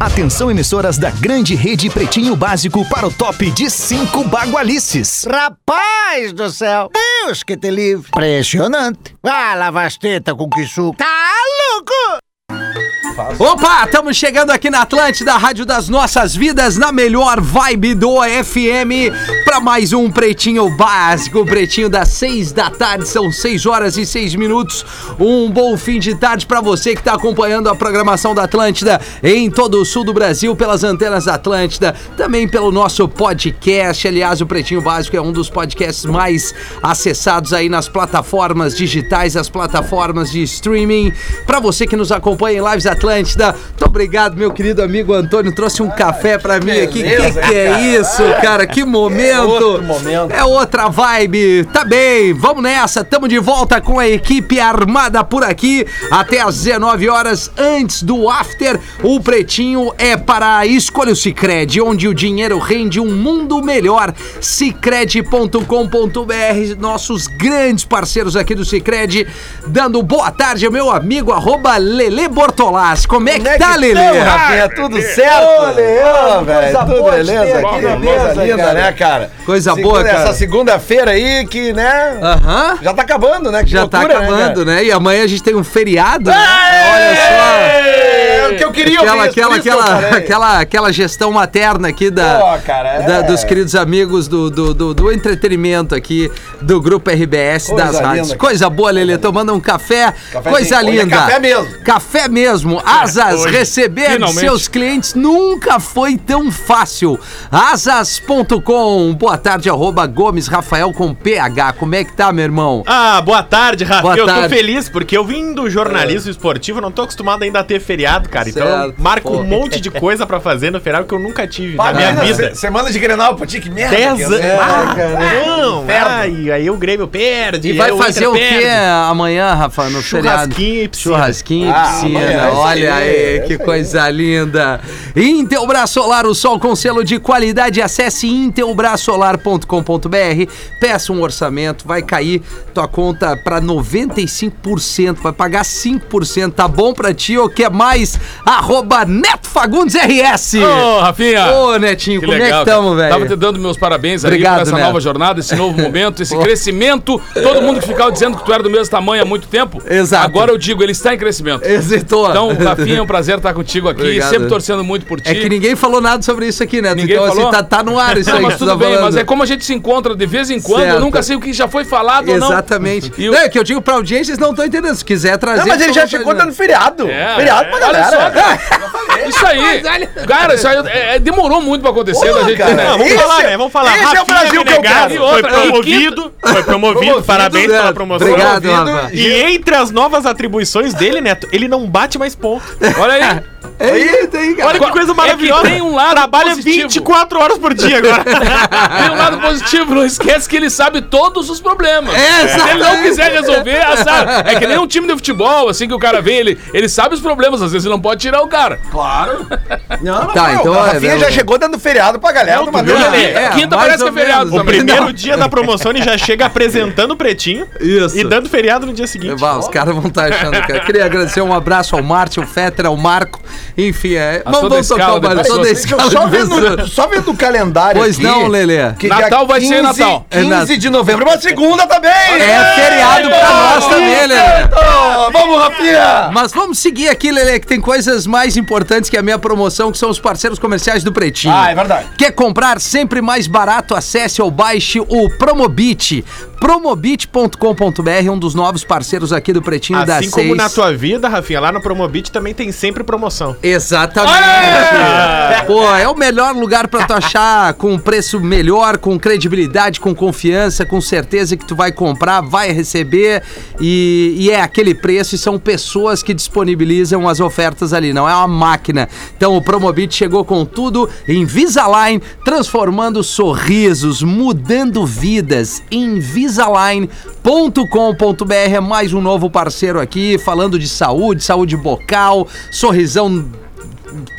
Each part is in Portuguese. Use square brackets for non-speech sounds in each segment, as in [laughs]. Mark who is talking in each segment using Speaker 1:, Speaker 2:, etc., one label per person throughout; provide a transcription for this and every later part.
Speaker 1: Atenção, emissoras da grande rede Pretinho Básico para o top de cinco bagualices.
Speaker 2: Rapaz do céu! Deus que te livre! Impressionante! Ah, lava as tetas com que suco! Tá louco!
Speaker 3: Opa, estamos chegando aqui na Atlântida, Rádio das Nossas Vidas, na melhor vibe do FM, para mais um Pretinho Básico, Pretinho das 6 da tarde, são 6 horas e 6 minutos. Um bom fim de tarde para você que está acompanhando a programação da Atlântida em todo o sul do Brasil, pelas antenas da Atlântida, também pelo nosso podcast. Aliás, o Pretinho Básico é um dos podcasts mais acessados aí nas plataformas digitais, as plataformas de streaming. Para você que nos acompanha em lives Atlântida. Muito obrigado, meu querido amigo Antônio. Trouxe um café pra mim aqui. Que que é isso, cara? Que momento.
Speaker 4: É outro momento.
Speaker 3: É outra vibe. Tá bem, vamos nessa. Tamo de volta com a equipe armada por aqui até às 19 horas antes do after. O Pretinho é para a Escolha o Sicredi, onde o dinheiro rende um mundo melhor. Sicredi.com.br, nossos grandes parceiros aqui do Sicredi, dando boa tarde ao meu amigo arroba Lele Bortolas. Como é que tá, Lele?
Speaker 4: Então, Rafinha, tudo certo? Ô, Leão, velho,
Speaker 3: coisa
Speaker 4: tudo
Speaker 3: boa
Speaker 4: beleza?
Speaker 3: te ter
Speaker 4: Que
Speaker 3: aqui,
Speaker 4: beleza
Speaker 3: coisa
Speaker 4: linda,
Speaker 3: cara.
Speaker 4: né, cara?
Speaker 3: Coisa
Speaker 4: Segunda-
Speaker 3: boa, cara.
Speaker 4: Essa segunda-feira aí que, né,
Speaker 3: Aham.
Speaker 4: já tá acabando, né? Que
Speaker 3: Já tá
Speaker 4: loucura,
Speaker 3: acabando, né? E amanhã a gente tem um feriado. né?
Speaker 4: cara?
Speaker 3: Olha só.
Speaker 4: É o que eu queria
Speaker 3: Aquela,
Speaker 4: ouvir,
Speaker 3: aquela,
Speaker 4: por isso que eu
Speaker 3: aquela,
Speaker 4: falei.
Speaker 3: aquela, aquela gestão materna aqui da,
Speaker 4: Pô, cara, é.
Speaker 3: da- dos queridos amigos do, do, do, do entretenimento aqui do Grupo RBS
Speaker 4: Coisa
Speaker 3: das
Speaker 4: linda,
Speaker 3: rádios.
Speaker 4: cara.
Speaker 3: Coisa boa, Lelê, tomando um café.
Speaker 4: Cafezinho.
Speaker 3: Coisa
Speaker 4: Hoje é
Speaker 3: linda.
Speaker 4: café mesmo. É,
Speaker 3: Café mesmo. Asas,
Speaker 5: hoje,
Speaker 3: receber
Speaker 5: finalmente.
Speaker 3: seus clientes nunca foi tão fácil. Asas.com. Boa tarde, arroba Gomes Rafael com PH. Como é que tá, meu irmão?
Speaker 5: Ah, boa tarde, Rafa.
Speaker 3: Boa
Speaker 5: eu tô
Speaker 3: tarde.
Speaker 5: feliz porque eu vim do jornalismo esportivo, não tô acostumado ainda a ter feriado, cara. Então eu
Speaker 3: Certo,
Speaker 5: marco
Speaker 3: pô.
Speaker 5: um monte de coisa pra fazer no feriado que eu nunca tive
Speaker 4: Pá,
Speaker 5: na minha
Speaker 4: menina,
Speaker 5: vida.
Speaker 4: se- Semana de Grenal, pô, tia, que merda.
Speaker 5: Dez
Speaker 4: que
Speaker 5: anos.
Speaker 4: é,
Speaker 5: Ah,
Speaker 4: cara.
Speaker 5: não, ai, aí o Grêmio perde.
Speaker 3: E
Speaker 5: aí
Speaker 3: vai
Speaker 5: o
Speaker 3: fazer
Speaker 5: Inter
Speaker 3: o quê
Speaker 5: perde.
Speaker 3: amanhã, Rafa, no feriado?
Speaker 5: Churrasquinho e piscina.
Speaker 3: Churrasquinho e
Speaker 4: Ah,
Speaker 3: piscina.
Speaker 4: amanhã, é isso
Speaker 3: Olha
Speaker 4: aí,
Speaker 3: aí,
Speaker 4: é
Speaker 3: que
Speaker 4: isso aí.
Speaker 3: coisa linda. Intelbras Solar, o sol com selo de qualidade. Acesse intelbrasolar.com.br, peça um orçamento, vai cair tua conta para 95%, vai pagar 5%. Tá bom pra ti ou quer mais? Arroba Neto Fagundes RS.
Speaker 6: Ô, Rafinha!
Speaker 3: Ô, Netinho,
Speaker 6: Que
Speaker 3: como
Speaker 6: legal,
Speaker 3: é que tamo,
Speaker 6: cara.
Speaker 3: velho?
Speaker 6: Tava te dando meus parabéns aí
Speaker 3: Obrigado,
Speaker 6: por essa
Speaker 3: Neto.
Speaker 6: nova jornada,
Speaker 3: [laughs]
Speaker 6: esse novo momento, esse crescimento. Todo mundo que ficava dizendo que tu era do mesmo tamanho há muito tempo.
Speaker 3: Exato.
Speaker 6: Agora eu digo, ele está em crescimento.
Speaker 3: Exitou. [laughs]
Speaker 6: Então, Rafinha, é um prazer estar contigo aqui,
Speaker 3: Obrigado.
Speaker 6: sempre torcendo muito por ti.
Speaker 3: É que ninguém falou nada sobre isso aqui, né?
Speaker 6: Ninguém
Speaker 3: então, assim,
Speaker 6: falou?
Speaker 3: tá, tá no
Speaker 6: [laughs]
Speaker 3: ar isso
Speaker 6: Não,
Speaker 3: aí
Speaker 6: mas
Speaker 3: que tu
Speaker 6: tudo
Speaker 3: tá
Speaker 6: bem,
Speaker 3: falando.
Speaker 6: mas é como a gente se encontra de vez em quando,
Speaker 3: Certo.
Speaker 6: eu nunca sei o que já foi falado ou não.
Speaker 3: Exatamente.
Speaker 6: E o-
Speaker 3: Não, é que eu digo pra audiência, eles não estão entendendo. Se quiser trazer.
Speaker 4: Não, mas ele
Speaker 3: eles
Speaker 4: já
Speaker 3: não tão
Speaker 4: chegou
Speaker 3: entendendo.
Speaker 4: dando feriado.
Speaker 6: É,
Speaker 4: Feriado
Speaker 6: é,
Speaker 4: pra
Speaker 6: olha só,
Speaker 4: galera. [laughs]
Speaker 6: cara. Isso aí. Cara, isso aí é- é- demorou muito pra acontecer da gente.
Speaker 4: cara.
Speaker 6: né?
Speaker 5: Não, vamos
Speaker 4: Esse-
Speaker 5: falar, né? Vamos falar.
Speaker 4: esse é o
Speaker 5: Rafinha
Speaker 4: Brasil que eu
Speaker 5: Menegasso
Speaker 4: quero.
Speaker 6: E outra,
Speaker 5: Foi
Speaker 6: e
Speaker 5: promovido, foi promovido, parabéns pela
Speaker 3: Certo.
Speaker 5: promoção.
Speaker 3: É, Obrigado,
Speaker 4: Promovido
Speaker 3: Rafa.
Speaker 5: E entre as novas atribuições dele, Neto, ele não bate mais ponto.
Speaker 6: Olha
Speaker 3: [laughs]
Speaker 6: aí.
Speaker 3: Eita, É aí, cara.
Speaker 5: Olha que coisa maravilhosa.
Speaker 6: É que tem um lado
Speaker 5: Trabalha
Speaker 6: positivo.
Speaker 5: 24 horas por dia agora.
Speaker 6: Tem um lado positivo, não esquece que ele sabe todos os problemas.
Speaker 3: É,
Speaker 6: Se ele não
Speaker 3: exatamente.
Speaker 6: quiser resolver, azar. É que nem um time de futebol, assim, que o cara vê, ele, ele sabe os problemas, às vezes ele não pode tirar o cara.
Speaker 4: Claro. Não, não,
Speaker 3: Tá,
Speaker 4: não.
Speaker 3: então,
Speaker 4: O
Speaker 3: é,
Speaker 4: Rafinha
Speaker 3: meu-
Speaker 4: já chegou dando feriado pra galera.
Speaker 5: Não,
Speaker 4: numa
Speaker 5: tu viu,
Speaker 4: vez.
Speaker 5: Lelê?
Speaker 3: É,
Speaker 6: Quinta
Speaker 3: mais
Speaker 6: parece que é
Speaker 3: ou menos. né?
Speaker 6: feriado
Speaker 3: O
Speaker 5: O
Speaker 6: também.
Speaker 5: [laughs] primeiro dia da promoção ele já chega apresentando o pretinho
Speaker 3: Isso.
Speaker 5: e dando feriado no dia seguinte.
Speaker 3: Bah, os caras vão estar achando, cara. Queria agradecer um abraço ao Márcio, ao Fetter, ao Marco. Enfim, é. Vamos,
Speaker 6: toda
Speaker 3: vamos
Speaker 6: a
Speaker 3: tocar
Speaker 6: escala
Speaker 3: o barulho.
Speaker 6: de
Speaker 3: Toda a
Speaker 6: né? pessoas.
Speaker 3: escala
Speaker 4: Tá só,
Speaker 3: de
Speaker 4: vendo,
Speaker 3: pessoas.
Speaker 4: só vendo o calendário
Speaker 3: Pois
Speaker 4: aqui,
Speaker 3: não, Lelê.
Speaker 4: que dia
Speaker 6: Natal vai ser Natal.
Speaker 4: 15
Speaker 3: É Natal.
Speaker 4: de novembro, uma segunda também.
Speaker 3: É feriado pra nós também, Lelê.
Speaker 4: Vamos, Rafinha.
Speaker 3: Mas vamos seguir aqui, Lele, que tem coisas mais importantes que a minha promoção, que são os parceiros comerciais do Pretinho.
Speaker 4: Ah, é verdade.
Speaker 3: Quer comprar sempre mais barato? Acesse ou baixe o Promobit. Promobit.com.br, um dos novos parceiros aqui do Pretinho da
Speaker 5: Assim como
Speaker 3: Seis.
Speaker 5: na tua vida, Rafinha, lá no Promobit também tem sempre promoção.
Speaker 3: Exatamente. Rafinha. [laughs] Pô, é o melhor lugar pra tu achar com um preço melhor, com credibilidade, com confiança, com certeza que tu vai comprar, vai receber e, e é aquele preço e são pessoas que disponibilizam as ofertas ali, não é uma máquina. Então o Promobit chegou com tudo em Invisalign, transformando sorrisos, mudando vidas. Invisalign.com.br é mais um novo parceiro aqui, falando de saúde, saúde bocal, sorrisão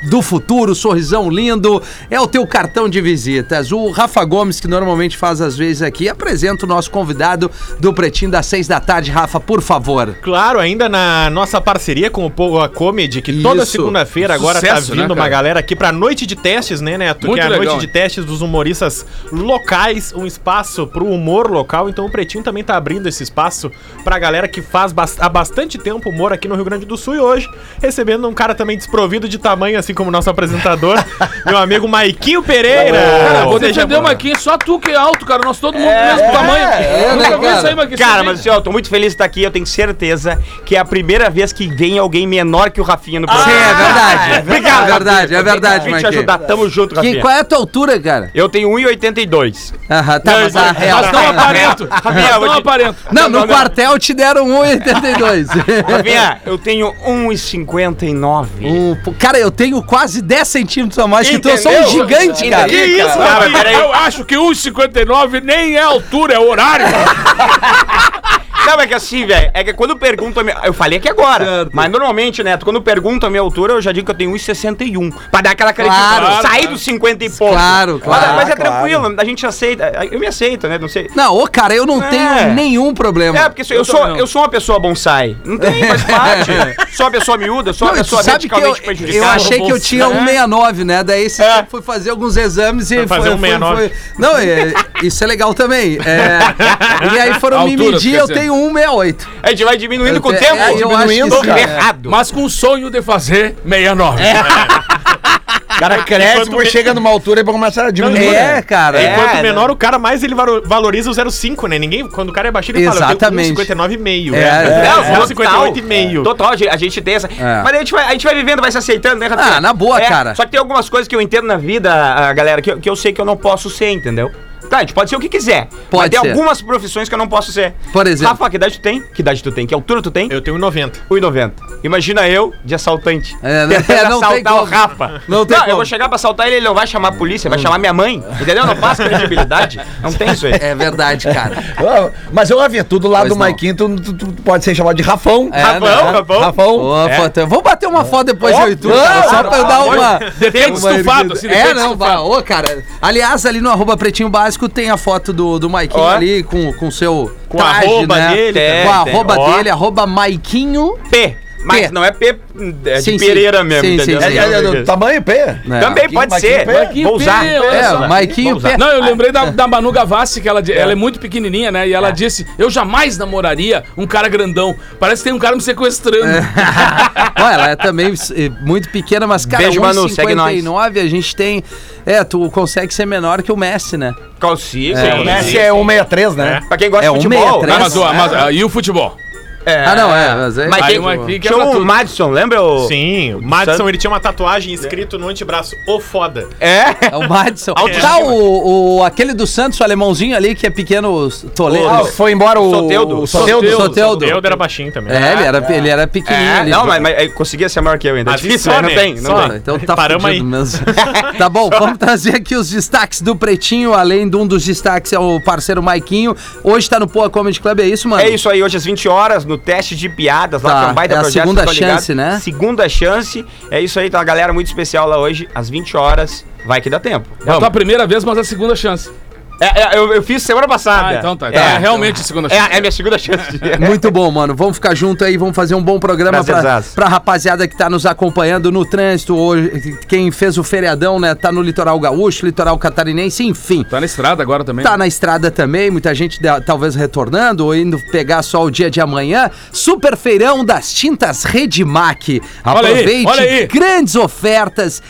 Speaker 3: do futuro, sorrisão lindo, é o teu cartão de visitas. O Rafa Gomes, que normalmente faz às vezes aqui, apresenta o nosso convidado do Pretinho das seis da tarde. Rafa, por favor.
Speaker 5: Claro, ainda na nossa parceria com o Poa Comedy, que toda
Speaker 3: Isso.
Speaker 5: segunda-feira agora tá
Speaker 6: Sucesso, né,
Speaker 5: vindo uma
Speaker 6: cara?
Speaker 5: galera aqui pra noite de testes, né, Neto?
Speaker 6: Muito
Speaker 5: que é a
Speaker 6: legal,
Speaker 5: noite
Speaker 6: né?
Speaker 5: de testes dos humoristas locais, um espaço pro humor local. Então o Pretinho também tá abrindo esse espaço pra galera que faz bas- há bastante tempo humor aqui no Rio Grande do Sul e hoje recebendo um cara também desprovido de tamanho, assim como o nosso apresentador,
Speaker 6: [laughs]
Speaker 5: meu amigo Maiquinho Pereira.
Speaker 6: É, Cara, vou
Speaker 5: Seja
Speaker 6: defender o Maquinha, só tu que é alto, cara. Nós todo mundo do mesmo tamanho.
Speaker 3: é, né,
Speaker 6: Nunca vi
Speaker 3: cara?
Speaker 6: isso aí, Maquinha.
Speaker 7: Cara, mas assim, ó, eu tô muito feliz de estar aqui. Eu tenho certeza que é a primeira vez que vem alguém menor que o Rafinha no
Speaker 3: Sim,
Speaker 7: programa.
Speaker 3: é verdade.
Speaker 7: Obrigado,
Speaker 3: É verdade, é verdade,
Speaker 7: Vim te
Speaker 3: Maiquinha.
Speaker 7: ajudar. Tamo junto,
Speaker 3: Que,
Speaker 7: Rafinha.
Speaker 3: qual é a tua altura, cara?
Speaker 7: Eu tenho 1,82.
Speaker 3: Aham, tá, mas a real.
Speaker 6: Mas não aparento.
Speaker 7: Rafinha, eu
Speaker 6: Mas
Speaker 7: vou
Speaker 6: não
Speaker 7: te-
Speaker 6: aparento.
Speaker 3: Não,
Speaker 7: não,
Speaker 3: no
Speaker 7: não.
Speaker 3: quartel te deram 1,82.
Speaker 7: Rafinha, eu tenho 1,59.
Speaker 3: O- Um, pô, Cara, eu tenho quase 10 centímetros a mais que tu. Eu sou um
Speaker 7: Entendeu?
Speaker 3: gigante, cara.
Speaker 7: Entendi.
Speaker 5: Que isso,
Speaker 7: Cara,
Speaker 5: Rafinha?
Speaker 7: peraí.
Speaker 6: Eu acho que 1,59 nem é altura, é horário.
Speaker 7: Não, é que assim, velho, é que quando perguntam a minha... Eu falei aqui agora,
Speaker 3: Certo.
Speaker 7: mas normalmente, Neto, quando perguntam a minha altura, eu já digo que eu tenho 1,61, pra dar aquela acreditada,
Speaker 3: Claro,
Speaker 7: sair dos 50 e pouco.
Speaker 3: Claro, claro,
Speaker 7: Mas, mas é
Speaker 4: claro.
Speaker 7: tranquilo, a gente aceita, eu me aceito, né, não sei...
Speaker 3: Não, ô, cara, eu não
Speaker 7: É.
Speaker 3: tenho nenhum problema.
Speaker 7: É, porque eu,
Speaker 3: Eu
Speaker 7: sou,
Speaker 3: também não.
Speaker 7: eu sou uma pessoa bonsai. Não
Speaker 3: [laughs]
Speaker 7: tem, faz parte. sou uma pessoa miúda, sou uma
Speaker 3: Não, e tu
Speaker 7: pessoa
Speaker 3: sabe que eu,
Speaker 7: verticalmente
Speaker 3: eu
Speaker 7: prejudicada.
Speaker 3: achei que eu tinha 1,69, né? Daí esse
Speaker 7: É.
Speaker 3: tempo fui fazer alguns exames e.
Speaker 5: Foi fazer
Speaker 6: um
Speaker 3: foi- foi-
Speaker 5: 1,69.
Speaker 3: foi- Não, é- isso é legal também. É, e aí foram
Speaker 6: [laughs]
Speaker 3: me
Speaker 6: Altura,
Speaker 3: medir,
Speaker 6: quer
Speaker 3: eu
Speaker 6: dizer.
Speaker 3: tenho 1,68.
Speaker 7: A gente vai diminuindo
Speaker 3: Eu
Speaker 7: com o
Speaker 3: te-
Speaker 7: tempo.
Speaker 3: é, eu acho que
Speaker 7: diminuindo.
Speaker 3: sim, cara.
Speaker 7: errado.
Speaker 6: Mas com o sonho de fazer É, 69.
Speaker 4: O cara cresce, depois chega numa altura e vai começar a diminuir.
Speaker 3: É, cara.
Speaker 7: É.
Speaker 5: Quanto
Speaker 7: né?
Speaker 5: menor o cara, mais ele varo- valoriza o 05, né? Ninguém, quando o cara é baixinho, ele
Speaker 3: Exatamente.
Speaker 5: fala, eu tenho 1,59,5.
Speaker 3: É, é.
Speaker 7: Não,
Speaker 5: É,
Speaker 7: total.
Speaker 5: 1,58,5.
Speaker 7: Total, a gente- a gente tem essa.
Speaker 3: É.
Speaker 7: Mas a gente, vai, a gente vai vivendo, vai se aceitando, né, Rafinha?
Speaker 3: Ah, na boa,
Speaker 7: É,
Speaker 3: cara.
Speaker 7: Só que tem algumas coisas que eu entendo na vida, ah, galera, que, eu- que eu sei que eu não posso ser, entendeu? Tá, a gente pode ser o que quiser.
Speaker 3: Pode
Speaker 7: mas tem
Speaker 3: ser.
Speaker 7: algumas profissões que eu não posso ser.
Speaker 3: Por exemplo.
Speaker 7: Rafa, que idade tu tem? Que idade tu tem? Que altura tu tem?
Speaker 5: Eu
Speaker 6: É.
Speaker 5: tenho um 90.
Speaker 7: 1,90. Imagina eu de assaltante.
Speaker 3: É, né? [laughs]
Speaker 7: tentando
Speaker 3: É, não tem
Speaker 7: assaltar o
Speaker 3: como.
Speaker 7: Rafa.
Speaker 3: Não tem
Speaker 7: eu
Speaker 3: como. Hum.
Speaker 7: vou chegar pra assaltar ele, ele não vai chamar a polícia, vai chamar minha mãe. Entendeu? Não
Speaker 3: [laughs]
Speaker 7: passa credibilidade. Não tem isso aí.
Speaker 3: É verdade, cara.
Speaker 4: Ah, Mas eu havia tudo lá
Speaker 3: Pois
Speaker 4: do
Speaker 3: não.
Speaker 4: Maiquinho, tu, tu- tu pode ser chamado de Rafão.
Speaker 3: É,
Speaker 4: Rafão,
Speaker 3: né?
Speaker 4: Rafão.
Speaker 3: Ô,
Speaker 7: É.
Speaker 3: foto- Vamos bater uma foto depois de YouTube, cara, só pra eu dar uma.
Speaker 6: Depende
Speaker 3: uma
Speaker 6: estufado. se
Speaker 3: É,
Speaker 6: depende
Speaker 3: não, vá. Ô, cara. Aliás, ali no arroba pretinho básico tem a foto do, do Maiquinho
Speaker 7: Ó.
Speaker 3: ali com o seu. né?
Speaker 5: Com a arroba dele,
Speaker 3: Com a
Speaker 7: tem,
Speaker 3: arroba
Speaker 7: ó.
Speaker 3: dele, arroba Maiquinho.
Speaker 7: P. Mas
Speaker 3: P.
Speaker 7: não é P é de
Speaker 3: Sim, sim.
Speaker 7: Pereira mesmo,
Speaker 3: Sim,
Speaker 7: entendeu?
Speaker 3: sim, sim.
Speaker 4: É, é, é, do tamanho P.
Speaker 3: né?
Speaker 7: Também pode ser.
Speaker 6: Marquinho
Speaker 7: Vou usar.
Speaker 6: Pê, olha
Speaker 3: É,
Speaker 6: só.
Speaker 3: o Maiquinho Pé.
Speaker 6: [laughs] Não, eu lembrei da, da Manu Gavassi, que ela, di- ela é muito pequenininha, né? E ela disse, eu jamais namoraria um cara grandão. Parece que tem um cara me sequestrando.
Speaker 3: Ó, ela é também eh, muito pequena, mas, cara,
Speaker 7: Beijo, Manu, segue nós.
Speaker 3: 1,59 a gente tem. É, tu consegue ser menor que o Messi, né?
Speaker 7: Calcica.
Speaker 5: Sim,
Speaker 4: O Messi
Speaker 5: sim.
Speaker 4: é 163, né?
Speaker 7: né? Pra quem gosta
Speaker 3: É
Speaker 7: de
Speaker 3: um
Speaker 7: futebol.
Speaker 3: meia,
Speaker 6: Ah,
Speaker 3: três.
Speaker 7: né?
Speaker 6: mas, ó, mas, ah, e o futebol?
Speaker 7: É.
Speaker 3: Ah, não, é. Mas, é-
Speaker 7: Mas
Speaker 6: Aí
Speaker 7: tem
Speaker 6: um aqui que é
Speaker 7: Tinha
Speaker 6: pra
Speaker 7: o
Speaker 6: tudo.
Speaker 7: Madison, lembra? O...
Speaker 5: Sim, o Madison, ele tinha uma tatuagem escrito no antebraço, o foda.
Speaker 7: É.
Speaker 3: É o Madison.
Speaker 7: Autoestima.
Speaker 3: Tá o, o- aquele do Santos, o alemãozinho ali, que é pequeno Toledo.
Speaker 4: Ah, foi embora o.
Speaker 7: Soteudo.
Speaker 4: O Soteudo.
Speaker 3: Soteudo.
Speaker 5: O Deus era baixinho também.
Speaker 3: É, ele era, ele era pequenininho
Speaker 7: É,
Speaker 3: ali.
Speaker 7: não, mas, mas é, conseguia ser maior que eu ainda.
Speaker 5: Mas só,
Speaker 7: né?
Speaker 5: né?
Speaker 7: não tem, não
Speaker 5: Só.
Speaker 7: tem.
Speaker 3: Tá, Então tá
Speaker 5: Paramos
Speaker 3: fudido
Speaker 5: aí.
Speaker 7: [laughs]
Speaker 3: mesmo. Tá bom, vamos trazer aqui os destaques do Pretinho. Além de um dos destaques é o parceiro Maiquinho. Hoje tá no Poa Comedy Club, é isso, mano?
Speaker 7: É isso aí, hoje às 20 horas, no teste de piadas, lá
Speaker 3: Tá,
Speaker 7: que é um baita
Speaker 3: é a
Speaker 7: projeto,
Speaker 3: segunda
Speaker 7: tá ligado?
Speaker 3: chance, né?
Speaker 7: Segunda chance, é isso aí, tá uma galera muito especial lá hoje, às 20 horas, vai que dá tempo.
Speaker 6: É a tua primeira vez, mas a segunda chance.
Speaker 7: É, é, eu, eu fiz semana passada.
Speaker 6: Ah, então tá.
Speaker 7: É,
Speaker 6: Então é realmente a segunda
Speaker 7: é,
Speaker 6: chance.
Speaker 7: é a minha segunda chance.
Speaker 3: [laughs] Muito bom, mano. Vamos ficar junto aí, vamos fazer um bom programa pra,
Speaker 7: Prazerzaço.
Speaker 3: pra rapaziada que tá nos acompanhando no trânsito hoje. Quem fez o feriadão, né? Tá no litoral gaúcho, litoral catarinense, enfim.
Speaker 6: Tá na estrada agora também.
Speaker 3: Tá na estrada também, muita gente da- talvez retornando ou indo pegar só o dia de amanhã. Super feirão das tintas Redmac.
Speaker 6: Olha aí,
Speaker 3: Aproveite
Speaker 6: olha aí.
Speaker 3: grandes ofertas.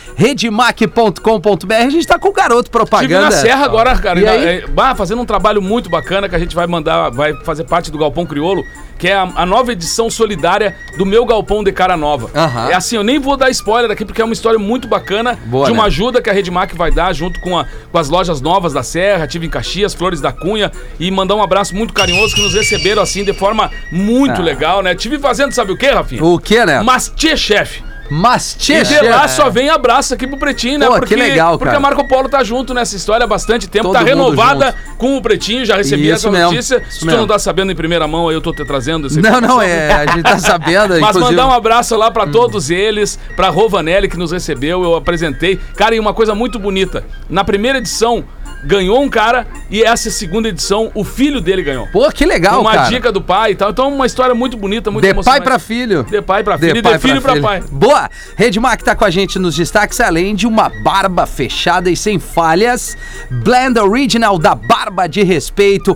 Speaker 3: Redmac.com.br. A gente tá com o garoto
Speaker 6: Estive
Speaker 3: propaganda.
Speaker 6: na Serra agora, cara.
Speaker 3: E
Speaker 6: na-
Speaker 3: aí?
Speaker 6: é, bah, fazendo um trabalho muito bacana que a gente vai mandar, vai fazer parte do Galpão Criolo, que é a, a nova edição solidária do meu Galpão de Cara Nova.
Speaker 3: Aham.
Speaker 6: É assim, eu nem vou dar spoiler aqui, porque é uma história muito bacana
Speaker 3: Boa,
Speaker 6: de uma
Speaker 3: né?
Speaker 6: ajuda que a Redmac vai dar junto com, a- com as lojas novas da Serra, Tive em Caxias, Flores da Cunha, e mandar um abraço muito carinhoso que nos
Speaker 3: Ah.
Speaker 6: receberam assim de forma muito legal, né? Tive fazendo, sabe o quê, Rafinha?
Speaker 3: O que, né?
Speaker 6: Mas, tchê, chefe, E de
Speaker 3: Mastiche.
Speaker 6: lá só vem abraço aqui pro Pretinho, né?
Speaker 3: Pô, que legal,
Speaker 6: porque
Speaker 3: cara.
Speaker 6: a Marco Polo tá junto nessa história há bastante tempo,
Speaker 3: Todo
Speaker 6: tá
Speaker 3: mundo
Speaker 6: renovada com o Pretinho, já recebi
Speaker 3: Isso
Speaker 6: essa
Speaker 3: mesmo,
Speaker 6: notícia.
Speaker 3: isso
Speaker 6: Se tu
Speaker 3: mesmo.
Speaker 6: não tá sabendo em primeira mão, aí eu tô te trazendo essa
Speaker 3: Não, não,
Speaker 6: informação.
Speaker 3: é. A gente tá sabendo,
Speaker 6: Mas
Speaker 3: inclusive. Hum.
Speaker 6: mandar um abraço lá pra todos eles, pra Rovanelli que nos recebeu, eu apresentei. Cara, e uma coisa muito bonita. Na primeira edição ganhou um cara e essa segunda edição o filho dele ganhou.
Speaker 3: Pô, que legal,
Speaker 6: uma
Speaker 3: cara.
Speaker 6: dica do pai e tal. Então uma história muito bonita, muito
Speaker 3: de pai
Speaker 6: emocionante.
Speaker 3: pra filho.
Speaker 6: De pai pra filho e de filho pra pai.
Speaker 3: Boa! Redmar que tá com a gente nos destaques, além de uma barba fechada e sem falhas. Blend Original da Barba de Respeito,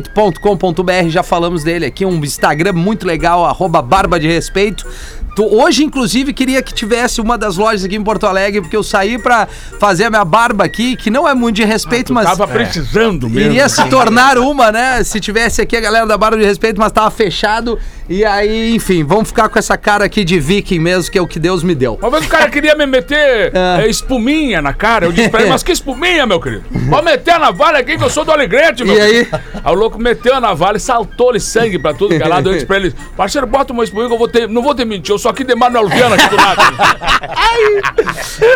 Speaker 3: barbaderespeito.com.br, já falamos dele aqui, um Instagram muito legal, arroba barba de respeito. Tu- Hoje, inclusive, queria que tivesse uma das lojas aqui em Porto Alegre, porque eu saí pra fazer a minha barba aqui, que não é muito de respeito, mas.
Speaker 6: Ah,
Speaker 3: é,
Speaker 6: Tava precisando mesmo. assim.
Speaker 3: Iria se tornar uma, né? Se tivesse aqui a galera da Barba de Respeito, mas tava fechado. E aí, enfim, vamos ficar com essa cara aqui de viking mesmo, que é o que Deus me deu.
Speaker 6: Uma vez o cara queria me meter
Speaker 3: [laughs] Ah.
Speaker 6: eh, espuminha na cara. Eu disse pra ele, mas que espuminha, meu querido? Pode meter a navalha aqui que eu sou do Alegrete, meu
Speaker 3: E aí?
Speaker 6: querido. Aí o louco meteu a navalha e saltou-lhe sangue pra tudo que é lado. Eu disse pra ele, parceiro, bota uma espuminha que eu vou ter... Não vou ter mentir, eu só aqui de Manuel Viana aqui do lado.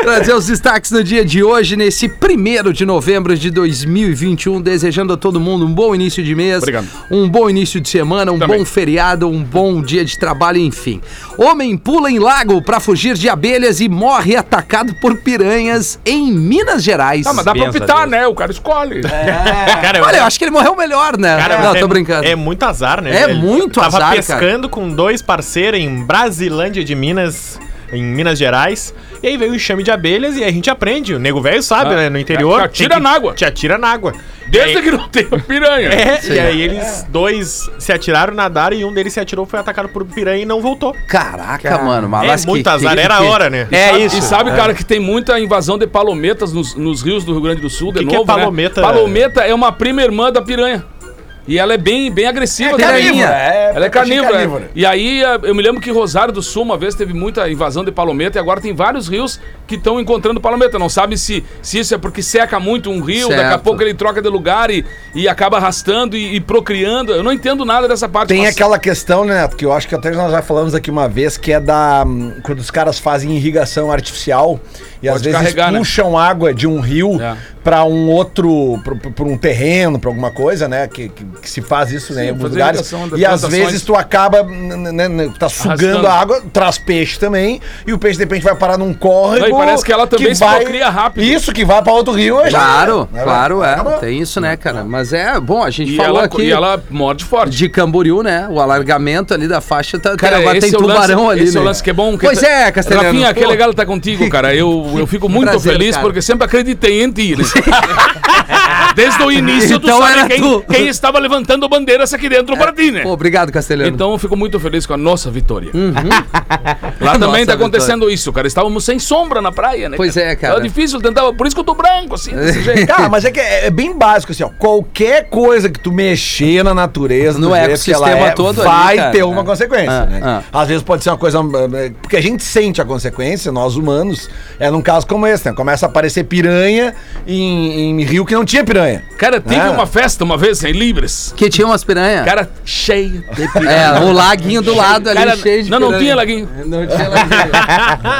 Speaker 3: Trazer os destaques do dia de hoje, nesse primeiro de novembro de 2021. Desejando a todo mundo um bom início de mês.
Speaker 6: Obrigado.
Speaker 3: Um bom início de semana, um
Speaker 6: Também.
Speaker 3: bom feriado, um bom dia de trabalho, enfim. Homem pula em lago pra fugir de abelhas e morre atacado por piranhas em Minas Gerais.
Speaker 6: Tá, mas dá pra
Speaker 7: Benção,
Speaker 6: optar,
Speaker 7: Deus.
Speaker 6: né? O cara escolhe.
Speaker 3: É.
Speaker 5: Cara,
Speaker 3: Olha,
Speaker 5: eu-
Speaker 3: eu acho que ele morreu melhor, né?
Speaker 5: Cara,
Speaker 3: Não,
Speaker 5: mas
Speaker 3: tô
Speaker 5: é-
Speaker 3: brincando.
Speaker 5: É muito azar, né?
Speaker 3: É
Speaker 5: velho?
Speaker 3: muito azar,
Speaker 5: Tava
Speaker 3: cara.
Speaker 5: pescando com dois parceiros em Brasilândia de Minas, em Minas Gerais. E aí veio o enxame de abelhas e a gente aprende. O nego velho sabe,
Speaker 6: Ah,
Speaker 5: né? No interior.
Speaker 6: te atira na água.
Speaker 5: Te atira na água.
Speaker 6: Desde que não tem piranha.
Speaker 5: É, e aí eles dois se atiraram, nadaram e um deles se atirou, foi atacado por um piranha e não voltou.
Speaker 3: Caraca, mano,
Speaker 5: É
Speaker 3: mas que-
Speaker 5: muito azar,
Speaker 3: que-
Speaker 5: era a
Speaker 3: que-
Speaker 5: hora, né?
Speaker 7: É
Speaker 6: Sabe-
Speaker 7: isso.
Speaker 6: E sabe, cara, que tem muita invasão de palometas nos, nos rios do Rio Grande do Sul, de
Speaker 5: Que que é
Speaker 6: novo. né?
Speaker 5: palometa?
Speaker 6: Palometa é uma prima irmã da piranha. E ela é bem, bem agressiva.
Speaker 3: É
Speaker 6: também.
Speaker 3: piranha.
Speaker 6: Ela é carnívora. é. E aí, eh, eu me lembro que Rosário do Sul, uma vez, teve muita invasão de palometa, e agora tem vários rios que estão encontrando palometa. Não sabe se, se isso é porque seca muito um rio, daqui a
Speaker 3: Certo.
Speaker 6: pouco ele troca de lugar e, e acaba arrastando e, e procriando. Eu não entendo nada dessa parte.
Speaker 4: Tem
Speaker 6: mas-
Speaker 4: aquela questão, né, Neto, que eu acho que até nós já falamos aqui uma vez, que é da. hum, Quando os caras fazem irrigação artificial e às
Speaker 6: Pode
Speaker 4: vezes
Speaker 6: carregar, né?
Speaker 4: puxam água de um rio
Speaker 6: É.
Speaker 4: pra um outro. para um terreno, pra alguma coisa, né? Que, que, que se faz isso né, em alguns
Speaker 6: fazer
Speaker 4: lugares.
Speaker 6: irrigação das
Speaker 4: E às
Speaker 6: plantações.
Speaker 4: vezes tu acaba. n- n- n- tá sugando
Speaker 6: Arrastando.
Speaker 4: a água, traz peixe também, e o peixe de repente vai parar num córrego.
Speaker 6: Não, e parece que ela também se procria rápido.
Speaker 4: Isso, que vai pra outro rio. já
Speaker 3: Claro,
Speaker 4: era, né?
Speaker 3: claro, é.
Speaker 4: Acabou.
Speaker 3: Tem isso, né, cara? Mas é, bom, a gente
Speaker 6: E
Speaker 3: falou
Speaker 6: ela,
Speaker 3: aqui
Speaker 6: e ela morde forte.
Speaker 3: de Camboriú, né? O alargamento ali da faixa tá.
Speaker 6: Cara,
Speaker 3: Cara, agora
Speaker 6: esse
Speaker 3: tem
Speaker 6: é o
Speaker 3: tubarão
Speaker 6: lance,
Speaker 3: ali,
Speaker 6: esse
Speaker 3: né?
Speaker 6: é o lance que é bom. que
Speaker 3: Pois
Speaker 6: tá-
Speaker 3: é, Castelhano.
Speaker 6: Rafinha, que
Speaker 3: pô.
Speaker 6: legal estar contigo, cara. Eu,
Speaker 3: [laughs]
Speaker 6: eu fico muito
Speaker 3: Prazer,
Speaker 6: feliz
Speaker 3: cara.
Speaker 6: porque sempre acreditei em
Speaker 3: [laughs]
Speaker 6: ti. né? Desde o início, tu
Speaker 3: Então era
Speaker 6: sabe quem,
Speaker 3: tu. É,
Speaker 6: quem estava levantando bandeiras aqui dentro para ti, né?
Speaker 3: Pô, obrigado, Castelhano.
Speaker 6: Então eu fico muito feliz com a nossa vitória. [laughs] Lá
Speaker 3: A
Speaker 6: também
Speaker 3: Uhum. nossa
Speaker 6: tá acontecendo isso, cara. Estávamos sem sombra na praia, né?
Speaker 3: Pois é, cara.
Speaker 6: Era difícil tentar, por isso que eu tô branco, assim, desse
Speaker 4: [laughs]
Speaker 6: jeito.
Speaker 4: Cara, mas é que é, é bem básico, assim, ó. Qualquer coisa que tu mexer na natureza,
Speaker 3: No
Speaker 4: do jeito que ela é,
Speaker 3: ecossistema todo ali,
Speaker 4: vai
Speaker 3: cara.
Speaker 4: ter uma
Speaker 3: É.
Speaker 4: consequência,
Speaker 3: Ah,
Speaker 4: né?
Speaker 3: ah.
Speaker 4: Às vezes pode ser uma coisa. eh, Porque a gente sente a consequência, nós humanos, é num caso como esse, né? Começa a aparecer piranha em, em rio que não tinha piranha.
Speaker 6: Cara, teve
Speaker 4: Ah.
Speaker 6: uma festa uma vez em Libres.
Speaker 3: Que tinha umas piranha.
Speaker 6: Cara, cheio de
Speaker 3: é, o laguinho do lado Tá ali,
Speaker 6: [laughs] Cara,
Speaker 3: cheio de
Speaker 6: não, não
Speaker 3: piranha.
Speaker 6: tinha laguinho.
Speaker 3: Não tinha [laughs] laguinho.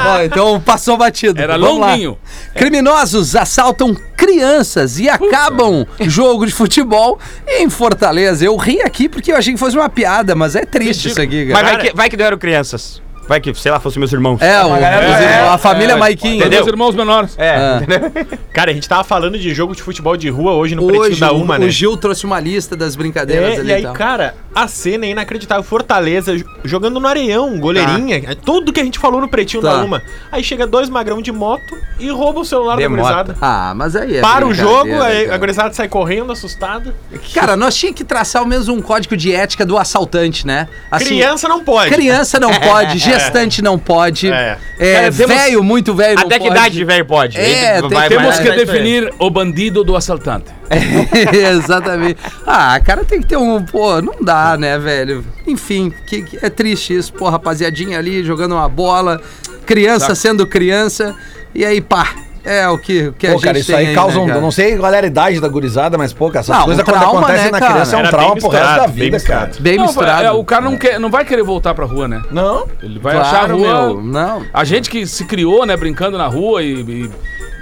Speaker 3: Bom, então passou batido.
Speaker 6: Era
Speaker 3: lá.
Speaker 6: longuinho.
Speaker 5: É.
Speaker 3: Criminosos assaltam crianças e acabam
Speaker 5: [laughs]
Speaker 3: jogo de futebol em Fortaleza. Eu ri aqui porque eu achei que fosse uma piada, mas é triste isso aqui,
Speaker 7: Mas
Speaker 3: cara.
Speaker 7: vai que, vai que não eram crianças. Vai que, sei lá, fossem meus irmãos.
Speaker 3: É, o- os- a família
Speaker 5: é,
Speaker 3: Maiquinha.
Speaker 6: Entendeu? Meus irmãos menores.
Speaker 7: É,
Speaker 3: Ah.
Speaker 7: entendeu?
Speaker 5: Cara, a gente tava falando de jogo de futebol de rua hoje no Pretinho
Speaker 3: Hoje
Speaker 5: da Uma,
Speaker 3: o,
Speaker 5: né?
Speaker 3: o Gil trouxe uma lista das brincadeiras
Speaker 5: É,
Speaker 3: ali então.
Speaker 5: e aí,
Speaker 3: tal.
Speaker 5: cara, a cena é inacreditável. Fortaleza j- jogando no areião, goleirinha, é tudo que a gente falou no pretinho
Speaker 3: Tá.
Speaker 5: da uma. Aí chega dois magrão de moto e rouba o celular
Speaker 7: De
Speaker 5: da gurizada.
Speaker 3: Ah, mas aí é
Speaker 5: Para o jogo,
Speaker 3: brincadeira,
Speaker 5: aí a
Speaker 3: cara.
Speaker 5: gurizada sai correndo, assustada.
Speaker 3: Cara, nós tinha que traçar ao menos um código de ética do assaltante, né?
Speaker 5: Criança não
Speaker 6: [laughs]
Speaker 5: pode.
Speaker 3: Criança não
Speaker 6: É.
Speaker 3: pode, gestante não pode, é,
Speaker 5: É. Cara, temos-
Speaker 3: velho, muito velho não
Speaker 7: Até que
Speaker 3: pode. [laughs]
Speaker 7: idade de velho pode?
Speaker 3: É,
Speaker 7: Aí
Speaker 3: tem-
Speaker 6: Temos
Speaker 3: vai,
Speaker 6: que
Speaker 3: vai,
Speaker 6: definir o bandido do assaltante.
Speaker 3: É, Exatamente. Ah, cara, tem que ter um. Pô, não dá, né, velho? Enfim, que, que- é triste isso. Pô, rapaziadinha ali jogando uma bola, criança sendo criança, e aí pá. É o que, o que
Speaker 4: Pô, cara, isso aí causa um.
Speaker 3: né, cara?
Speaker 4: Não sei qual era a idade da gurizada, mas, pô, cara, essas
Speaker 3: Não,
Speaker 4: coisas
Speaker 3: um
Speaker 4: quando
Speaker 3: trauma,
Speaker 4: acontecem
Speaker 3: né,
Speaker 4: na
Speaker 3: cara?
Speaker 4: criança é um
Speaker 5: Era
Speaker 4: trauma
Speaker 5: bem
Speaker 4: pro resto da
Speaker 5: misturado, bem
Speaker 4: vida, cara.
Speaker 5: misturado.
Speaker 3: Bem
Speaker 6: Não,
Speaker 3: misturado.
Speaker 6: é, o cara não, quer, não vai querer voltar pra rua, né?
Speaker 4: Não.
Speaker 6: Ele vai
Speaker 3: Claro,
Speaker 6: achar a rua.
Speaker 3: meu, não.
Speaker 6: A gente que se criou, né, brincando na rua e. e-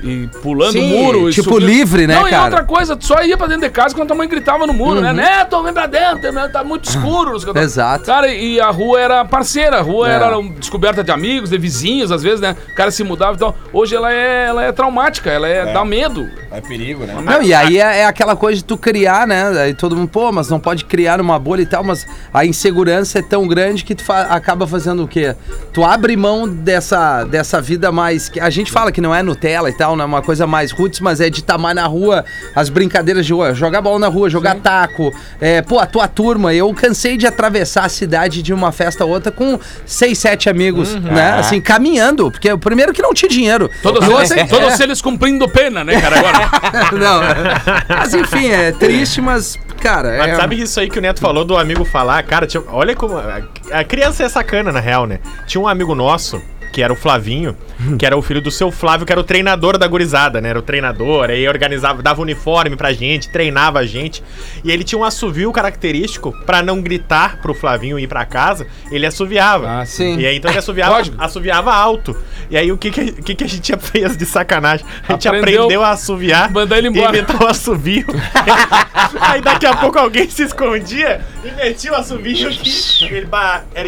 Speaker 6: e pulando
Speaker 3: Sim,
Speaker 6: o muro. e
Speaker 3: tipo
Speaker 6: subindo.
Speaker 3: livre, né,
Speaker 6: Não,
Speaker 3: cara? Uhum.
Speaker 6: e outra coisa, tu só ia pra dentro de casa quando tua mãe gritava no muro, né? Neto, vem pra dentro, né? tá muito escuro. não sei o que.
Speaker 3: Exato.
Speaker 6: Cara, e a rua era parceira, a rua
Speaker 3: É.
Speaker 6: era um- descoberta de amigos, de vizinhos, às vezes, né? O cara se mudava, então, hoje ela é, ela é traumática, ela é, dá medo.
Speaker 4: É perigo, né?
Speaker 3: Não, e aí é, é aquela coisa de tu criar, né? Aí todo mundo, pô, mas não pode criar numa bolha e tal, mas a insegurança é tão grande que tu fa- acaba fazendo o quê? Tu abre mão dessa, dessa vida mais. que A gente fala que não é Nutella e tal, não é uma coisa mais roots, mas é de tamar na rua, as brincadeiras de rua, jogar bola na rua, jogar taco. É, pô, a tua turma, eu cansei de atravessar a cidade de uma festa a outra com seis, sete amigos,
Speaker 6: Uhum.
Speaker 3: né? Assim, caminhando, porque o primeiro que não tinha dinheiro.
Speaker 6: Ah. Todos,
Speaker 3: E
Speaker 6: eles,
Speaker 3: outra- é,
Speaker 6: todos eles cumprindo pena, né,
Speaker 3: [laughs]
Speaker 6: cara? Agora.
Speaker 3: não. Mas enfim, é triste, mas, cara.
Speaker 5: Mas
Speaker 3: é... [laughs]
Speaker 5: sabe isso aí que o Neto falou do amigo falar? Cara, tinha- olha como. A, a criança é sacana, na real, né? Tinha um amigo nosso, que era o Flavinho,
Speaker 3: Hum.
Speaker 5: que era o filho do seu Flávio, que era o treinador da gurizada, né? Era o treinador, aí organizava, dava uniforme pra gente, treinava a gente. E ele tinha um assovio característico pra não gritar pro Flavinho ir pra casa, ele assoviava.
Speaker 3: Ah, sim.
Speaker 5: E aí então ele assoviava,
Speaker 6: Lógico.
Speaker 5: assoviava alto. E aí o que, que, o que, que a [laughs] gente fez de sacanagem? A gente
Speaker 6: Aprendeu.
Speaker 5: aprendeu, a assoviar
Speaker 6: Mandar ele
Speaker 5: e
Speaker 6: embora.
Speaker 5: inventar o assovio. [laughs] Aí daqui a pouco alguém se escondia e metia o assobinho aqui. Ele, bah, era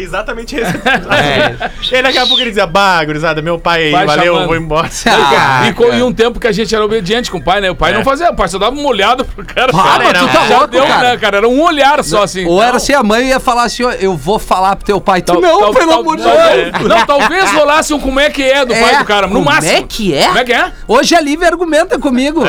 Speaker 3: [laughs]
Speaker 5: exatamente esse.
Speaker 3: É.
Speaker 5: E aí daqui a pouco ele dizia, bah, gurizada, meu pai aí,
Speaker 6: Vai
Speaker 5: valeu,
Speaker 6: chamando.
Speaker 5: vou embora.
Speaker 3: Ah,
Speaker 6: e, co- e um tempo que a gente era obediente com o pai, né? O pai
Speaker 3: É.
Speaker 6: não fazia, o pai só dava uma olhada pro cara.
Speaker 3: Ah,
Speaker 6: Cara,
Speaker 3: mas
Speaker 5: era
Speaker 3: tu
Speaker 5: um-
Speaker 3: tá
Speaker 5: já
Speaker 3: louco,
Speaker 6: deu,
Speaker 3: cara.
Speaker 6: né, cara? Era um olhar só, assim.
Speaker 3: Ou era se a mãe ia falar assim, ó, eu vou falar pro teu pai. Tu,
Speaker 6: Tal-
Speaker 3: não,
Speaker 6: tal-
Speaker 3: pelo
Speaker 6: tal-
Speaker 3: amor de
Speaker 6: tal- É.
Speaker 3: Deus.
Speaker 6: Não, talvez rolasse um como é que é do pai do cara, no
Speaker 3: Como
Speaker 6: máximo.
Speaker 3: é que é?
Speaker 6: Como é que é?
Speaker 3: Hoje a Lívia argumenta comigo. [laughs]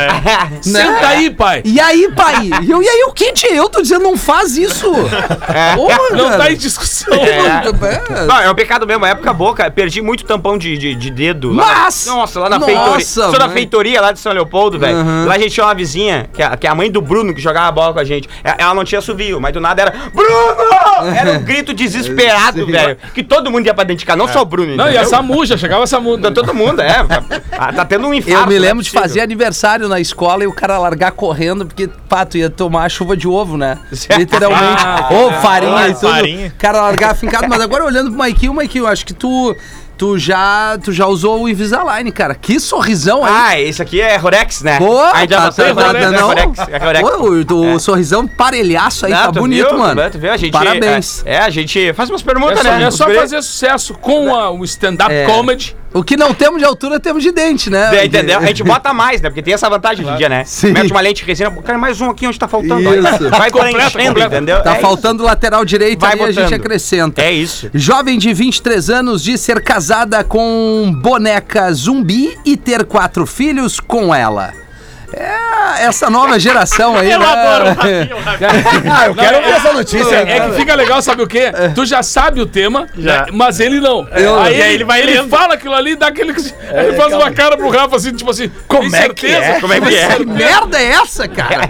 Speaker 3: Né?
Speaker 6: Senta aí, pai.
Speaker 3: E aí, pai? E, eu, e aí, o que, tia? Eu tô dizendo, não faz isso. Porra,
Speaker 6: Não
Speaker 3: cara.
Speaker 6: tá em discussão.
Speaker 3: É.
Speaker 7: Não, é um pecado mesmo, é época boa, cara. Perdi muito tampão de, de, de dedo. lá na-
Speaker 3: Mas-
Speaker 7: nossa, lá na
Speaker 3: Nossa,
Speaker 7: feitoria. Só na
Speaker 3: mãe.
Speaker 7: feitoria lá de São Leopoldo, velho.
Speaker 3: Uhum.
Speaker 7: Lá a gente tinha uma vizinha, que é, que é a mãe do Bruno, que jogava bola com a gente. É- Ela não tinha subiu, mas do nada era. Bruno! Era um grito
Speaker 3: [laughs]
Speaker 7: desesperado,
Speaker 3: Sim.
Speaker 7: velho. Que todo mundo ia pra dentro de casa, não só o Bruno.
Speaker 6: É. Não, e
Speaker 7: entendeu?
Speaker 6: a Samuja, chegava a Samuja.
Speaker 7: Tá Todo mundo, é. Tá, tá tendo um infarto.
Speaker 3: Eu me
Speaker 7: não é
Speaker 3: lembro de
Speaker 7: possível.
Speaker 3: fazer aniversário na escola e o cara largar correndo porque, pá, tu ia tomar chuva de ovo, né?
Speaker 7: [laughs]
Speaker 3: Literalmente.
Speaker 6: Ah,
Speaker 3: Ou
Speaker 7: né?
Speaker 3: farinha e
Speaker 5: olha,
Speaker 3: tudo.
Speaker 5: farinha.
Speaker 3: O cara largar fincado. Mas agora olhando pro Maikinho, Maikinho, acho que tu, tu, já, tu já usou o Invisalign, cara. Que sorrisão aí.
Speaker 7: Ah, esse aqui é Rorex, né?
Speaker 3: Pô,
Speaker 7: Ainda
Speaker 3: tá,
Speaker 7: tá,
Speaker 3: tá, tá,
Speaker 7: Rorex, é
Speaker 3: não.
Speaker 7: Rorex, é Rorex.
Speaker 3: Pô, o, o sorrisão parelhaço aí,
Speaker 7: Não,
Speaker 3: tá
Speaker 7: tu
Speaker 3: bonito,
Speaker 7: viu?
Speaker 3: mano.
Speaker 7: Tu viu? A gente,
Speaker 3: Parabéns.
Speaker 7: É, é, a gente faz umas
Speaker 6: É
Speaker 7: perguntas,
Speaker 6: só,
Speaker 7: né?
Speaker 6: é só
Speaker 7: Os guri-
Speaker 6: fazer sucesso com a- o stand-up
Speaker 3: É.
Speaker 6: comedy.
Speaker 3: O que não temos de altura, temos de dente, né?
Speaker 7: É, entendeu? A gente bota mais, né? Porque tem essa vantagem hoje em dia, né?
Speaker 3: Sim.
Speaker 7: Mete uma lente resina. Cara, mais um aqui onde tá faltando. ó.
Speaker 3: Isso.
Speaker 7: Vai
Speaker 6: Completa,
Speaker 7: preenchendo,
Speaker 6: completa.
Speaker 7: entendeu?
Speaker 3: Tá
Speaker 7: É
Speaker 3: faltando lateral direito
Speaker 7: Vai
Speaker 3: aí a gente
Speaker 7: botando.
Speaker 3: acrescenta.
Speaker 7: É isso.
Speaker 3: Jovem de 23 anos de ser casada com boneca zumbi e ter quatro filhos com ela. É essa nova geração aí. né?
Speaker 5: Elabora o
Speaker 3: [laughs]
Speaker 5: Rafinha, o Rafinha.
Speaker 4: Ah, eu quero ver essa
Speaker 6: É,
Speaker 4: notícia.
Speaker 6: é que fica legal, sabe o quê?
Speaker 3: É.
Speaker 6: Tu já sabe o tema,
Speaker 5: Já.
Speaker 6: né? mas ele não.
Speaker 5: Eu- e
Speaker 6: aí ele,
Speaker 5: aí
Speaker 6: ele
Speaker 5: ele vai lendo.
Speaker 6: fala aquilo ali, dá aquele. ele faz uma cara pro Rafa assim, tipo assim, como
Speaker 4: é que é?
Speaker 6: Como é que
Speaker 3: Que merda é essa, cara?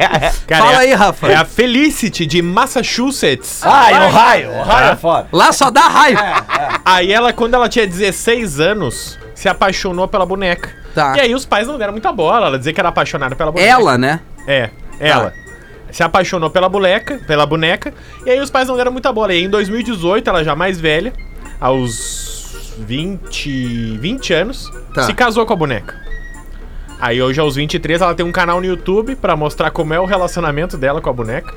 Speaker 5: Cara,
Speaker 3: Fala
Speaker 5: é-
Speaker 3: aí, Rafa.
Speaker 5: É a Felicity de Massachusetts.
Speaker 4: Ah, é o raio. O raio é foda.
Speaker 3: Lá só dá raiva.
Speaker 4: É,
Speaker 5: Aí ela, quando ela tinha 16 anos, se apaixonou pela boneca.
Speaker 3: Tá.
Speaker 5: E aí os pais não deram muita bola, ela dizia que era apaixonada pela boneca.
Speaker 3: Ela, né?
Speaker 5: É, ela. Se apaixonou pela boneca, pela boneca, e aí os pais não deram muita bola. E aí, em 2018, ela já mais velha, aos 20, 20 anos,
Speaker 3: Tá.
Speaker 5: se casou com a boneca. Aí hoje aos 23 ela tem um canal no YouTube pra mostrar como é o relacionamento dela com a boneca.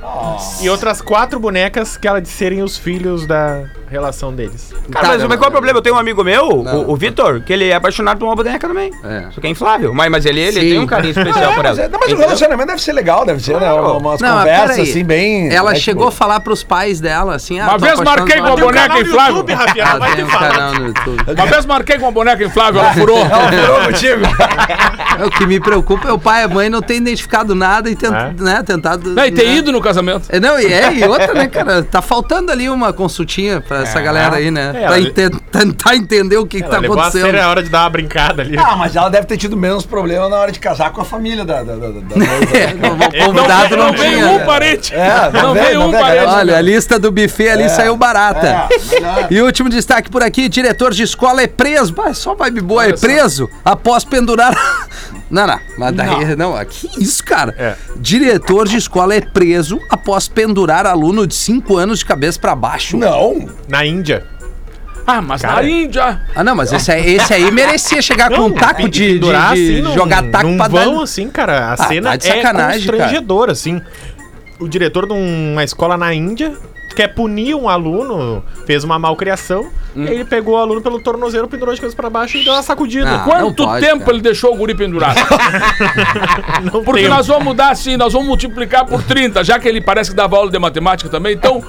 Speaker 5: E outras quatro bonecas que ela de serem os filhos da relação deles.
Speaker 7: Cara, mas,
Speaker 3: Tá,
Speaker 7: mas qual é o problema? Eu tenho um amigo meu,
Speaker 3: Não.
Speaker 7: o, o Vitor, que ele é apaixonado por uma boneca também.
Speaker 3: É.
Speaker 7: Só que é inflável. Mas, mas ele, ele
Speaker 3: Sim.
Speaker 7: tem um carinho especial
Speaker 4: É,
Speaker 7: por
Speaker 4: mas,
Speaker 7: ela.
Speaker 4: é- não, mas o
Speaker 7: Entendeu?
Speaker 4: relacionamento deve ser legal, deve ser, né? Uma- Umas
Speaker 3: Não, mas
Speaker 4: conversas
Speaker 3: peraí.
Speaker 4: assim, bem.
Speaker 3: Ela
Speaker 4: né,
Speaker 3: chegou a
Speaker 4: tipo,
Speaker 3: falar pros pais dela, assim... ah,
Speaker 6: Uma
Speaker 3: tô
Speaker 6: vez
Speaker 3: apaixonado
Speaker 6: marquei com
Speaker 3: pela
Speaker 6: a
Speaker 5: Tem um
Speaker 6: boneca
Speaker 5: canal no
Speaker 6: inflável.
Speaker 5: YouTube, Rafinha, ela
Speaker 3: Ah,
Speaker 5: vai
Speaker 3: tem
Speaker 5: te
Speaker 3: um
Speaker 5: falar.
Speaker 3: canal no YouTube.
Speaker 6: [laughs] Uma vez marquei com uma boneca inflável, ela
Speaker 5: [laughs]
Speaker 6: furou.
Speaker 4: Furou contigo.
Speaker 3: É, o que me preocupa é o pai e a mãe não ter identificado nada e tent,
Speaker 5: É.
Speaker 3: né, tentado...
Speaker 6: Não, e ter
Speaker 3: né?
Speaker 6: ido no casamento.
Speaker 3: É, Não, e é, e outra, né, cara? Tá faltando ali uma consultinha pra essa galera aí, né?
Speaker 5: É,
Speaker 3: pra
Speaker 5: ela-
Speaker 3: ente- tentar entender o que, que
Speaker 5: Ela
Speaker 3: tá
Speaker 5: levou a
Speaker 3: acontecendo.
Speaker 5: sério a hora de dar uma brincada
Speaker 4: [laughs]
Speaker 5: ali.
Speaker 4: Ah, mas ela deve ter tido menos problema na hora de casar com a família da, da, da, da- da noiva.
Speaker 3: É,
Speaker 5: Então,
Speaker 3: o convidado não,
Speaker 6: Não veio
Speaker 3: tinha.
Speaker 6: um
Speaker 3: né?
Speaker 6: parente.
Speaker 4: É,
Speaker 6: Não veio um
Speaker 4: galera?
Speaker 6: parente.
Speaker 3: Olha, a lista do buffet
Speaker 5: É.
Speaker 3: ali saiu barata. E último destaque por aqui: diretor de escola é preso. Bah, só vibe boa, é
Speaker 6: Olha só.
Speaker 3: preso após pendurar. [laughs] Não, não, mas daí. Não, ah, que isso, cara?
Speaker 5: É.
Speaker 3: Diretor de escola é preso após pendurar aluno de 5 anos de cabeça pra baixo.
Speaker 4: Não.
Speaker 5: Na Índia.
Speaker 6: Ah, mas na
Speaker 5: Cara.
Speaker 6: Índia.
Speaker 3: Ah, não, mas esse aí, esse aí merecia chegar com um taco de, de,
Speaker 5: pendurar,
Speaker 3: de
Speaker 5: assim, num-
Speaker 3: jogar taco
Speaker 5: num
Speaker 3: pra dar.
Speaker 5: vão, assim, cara. A
Speaker 3: Ah, tá
Speaker 5: cena
Speaker 3: de sacanagem,
Speaker 5: é constrangedora, assim. O diretor de um- uma escola na Índia quer punir um aluno, fez uma malcriação,
Speaker 3: Hum.
Speaker 5: e aí ele pegou o aluno pelo tornozelo, pendurou de cabeça pra baixo e deu uma sacudida.
Speaker 3: Ah, não
Speaker 6: Quanto
Speaker 3: pode,
Speaker 6: tempo
Speaker 3: cara.
Speaker 6: ele deixou o guri pendurado?
Speaker 3: [laughs]
Speaker 5: Não
Speaker 6: Porque
Speaker 5: tem.
Speaker 6: nós vamos mudar assim, nós vamos multiplicar por 30, já que ele parece que dava aula de matemática também. Então,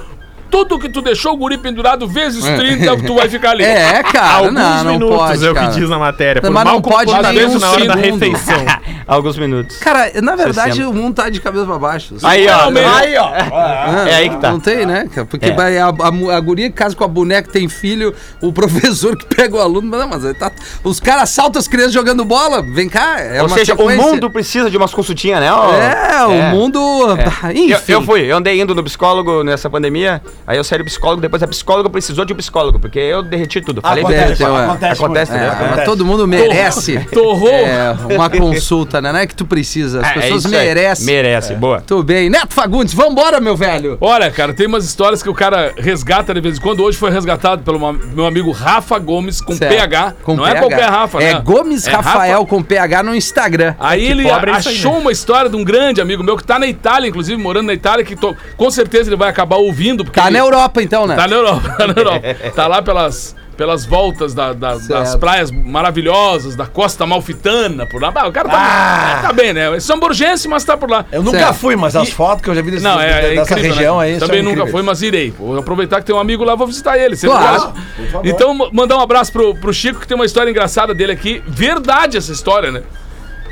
Speaker 6: tudo que tu deixou o guri pendurado vezes 30, tu vai ficar ali.
Speaker 3: É, cara,
Speaker 5: Alguns
Speaker 3: não, não
Speaker 5: minutos
Speaker 3: pode.
Speaker 5: é o
Speaker 3: cara.
Speaker 5: que diz na matéria.
Speaker 3: Mas não pode
Speaker 6: dar nem
Speaker 5: comportamento
Speaker 6: um
Speaker 5: na hora da
Speaker 3: segundo. [laughs]
Speaker 5: refeição.
Speaker 7: Alguns minutos.
Speaker 3: Cara, é um na verdade,
Speaker 7: 60.
Speaker 3: o mundo tá de cabeça pra baixo.
Speaker 7: Aí, ó.
Speaker 6: Finalmente.
Speaker 7: Aí, ó.
Speaker 3: Ah,
Speaker 7: É aí que tá.
Speaker 3: Não tem, né? cara? Porque
Speaker 7: É.
Speaker 3: vai a, a, mu- a guria que casa com a boneca tem filho, o [laughs] professor que pega o aluno, mas não, mas aí tá, os caras saltam as crianças jogando bola. Vem cá, é
Speaker 7: Ou
Speaker 3: uma
Speaker 7: seja, o
Speaker 3: sequência.
Speaker 7: mundo precisa de umas consultinhas, né? ó?
Speaker 3: É, o
Speaker 7: É.
Speaker 3: mundo.
Speaker 7: É. Eu,
Speaker 3: Enfim.
Speaker 7: eu fui, eu andei indo no psicólogo nessa pandemia, aí eu saí do psicólogo, depois a psicóloga precisou de um psicólogo, porque eu derreti tudo. Falei
Speaker 3: Acontece,
Speaker 7: besteira.
Speaker 3: é.
Speaker 7: acontece, acontece,
Speaker 3: É,
Speaker 7: né?
Speaker 3: mas todo mundo merece
Speaker 6: Torrou.
Speaker 3: é, uma consulta, né? Não é que tu precisa, as
Speaker 7: É, é
Speaker 3: pessoas
Speaker 7: isso aí.
Speaker 3: merecem.
Speaker 7: Merece, boa.
Speaker 3: Muito bem. Neto Fagundes, vambora, meu velho.
Speaker 6: Olha, cara, tem umas histórias que o cara resgata de vez em quando. Hoje foi resgatado pelo ma- meu amigo Rafa Gomes com
Speaker 3: Certo.
Speaker 6: PH.
Speaker 3: Com
Speaker 6: não é
Speaker 3: PH.
Speaker 6: qualquer Rafa,
Speaker 3: É
Speaker 6: né?
Speaker 3: Gomes
Speaker 6: É
Speaker 3: Rafael com PH no Instagram.
Speaker 6: Aí ele
Speaker 5: pobre é isso aí,
Speaker 6: achou uma história de um grande amigo meu que tá na Itália, inclusive, morando na Itália, que to- com certeza ele vai acabar ouvindo. Porque
Speaker 3: Tá
Speaker 6: ele-
Speaker 3: na Europa, então, né?
Speaker 6: Tá na Europa, [laughs] tá na Europa. Tá lá pelas, pelas voltas da- da- das
Speaker 3: Certo.
Speaker 6: praias maravilhosas, da costa malfitana, por lá. Ah, o cara tá, tá bem, né? São Borgense, mas tá por lá.
Speaker 4: Eu nunca
Speaker 3: Certo.
Speaker 4: fui, mas as fotos que eu já vi desse,
Speaker 6: Não, é, é
Speaker 4: dessa
Speaker 6: incrível,
Speaker 4: região
Speaker 6: né?
Speaker 4: aí são
Speaker 6: Também nunca
Speaker 4: incríveis.
Speaker 6: foi, mas irei. Vou aproveitar que tem um amigo lá, vou visitar ele. sempre
Speaker 3: Claro.
Speaker 6: caso. Então, ma- mandar um abraço pro, pro Chico, que tem uma história engraçada dele aqui. Verdade essa história, né?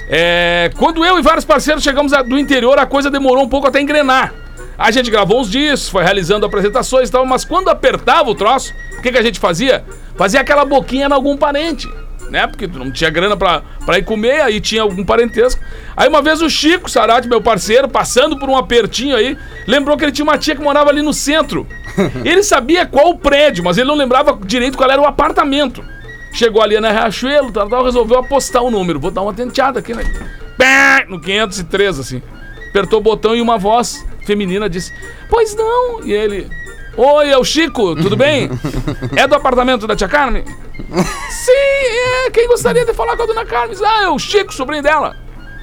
Speaker 6: É, quando eu e vários parceiros chegamos a- do interior, a coisa demorou um pouco até engrenar. A gente gravou uns discos, foi realizando apresentações e tal, mas quando apertava o troço, o que, que a gente fazia? Fazia aquela boquinha em algum parente, né? Porque tu não tinha grana pra, pra ir comer, aí tinha algum parentesco. Aí uma vez o Chico Sarate, meu parceiro, passando por um apertinho aí, lembrou que ele tinha uma tia que morava ali no centro. Ele sabia qual o prédio, mas ele não lembrava direito qual era o apartamento. Chegou ali na Riachuelo, tal, tal, resolveu apostar o número. Vou dar uma tenteada aqui, né? Pé, no 503, assim. Apertou o botão e uma voz feminina disse: Pois não? E ele: Oi, é o Chico, tudo bem? É do apartamento da tia Carmen? Sim, é. Quem gostaria de falar com a dona Carmen? Ah, é o Chico, sobrinho dela.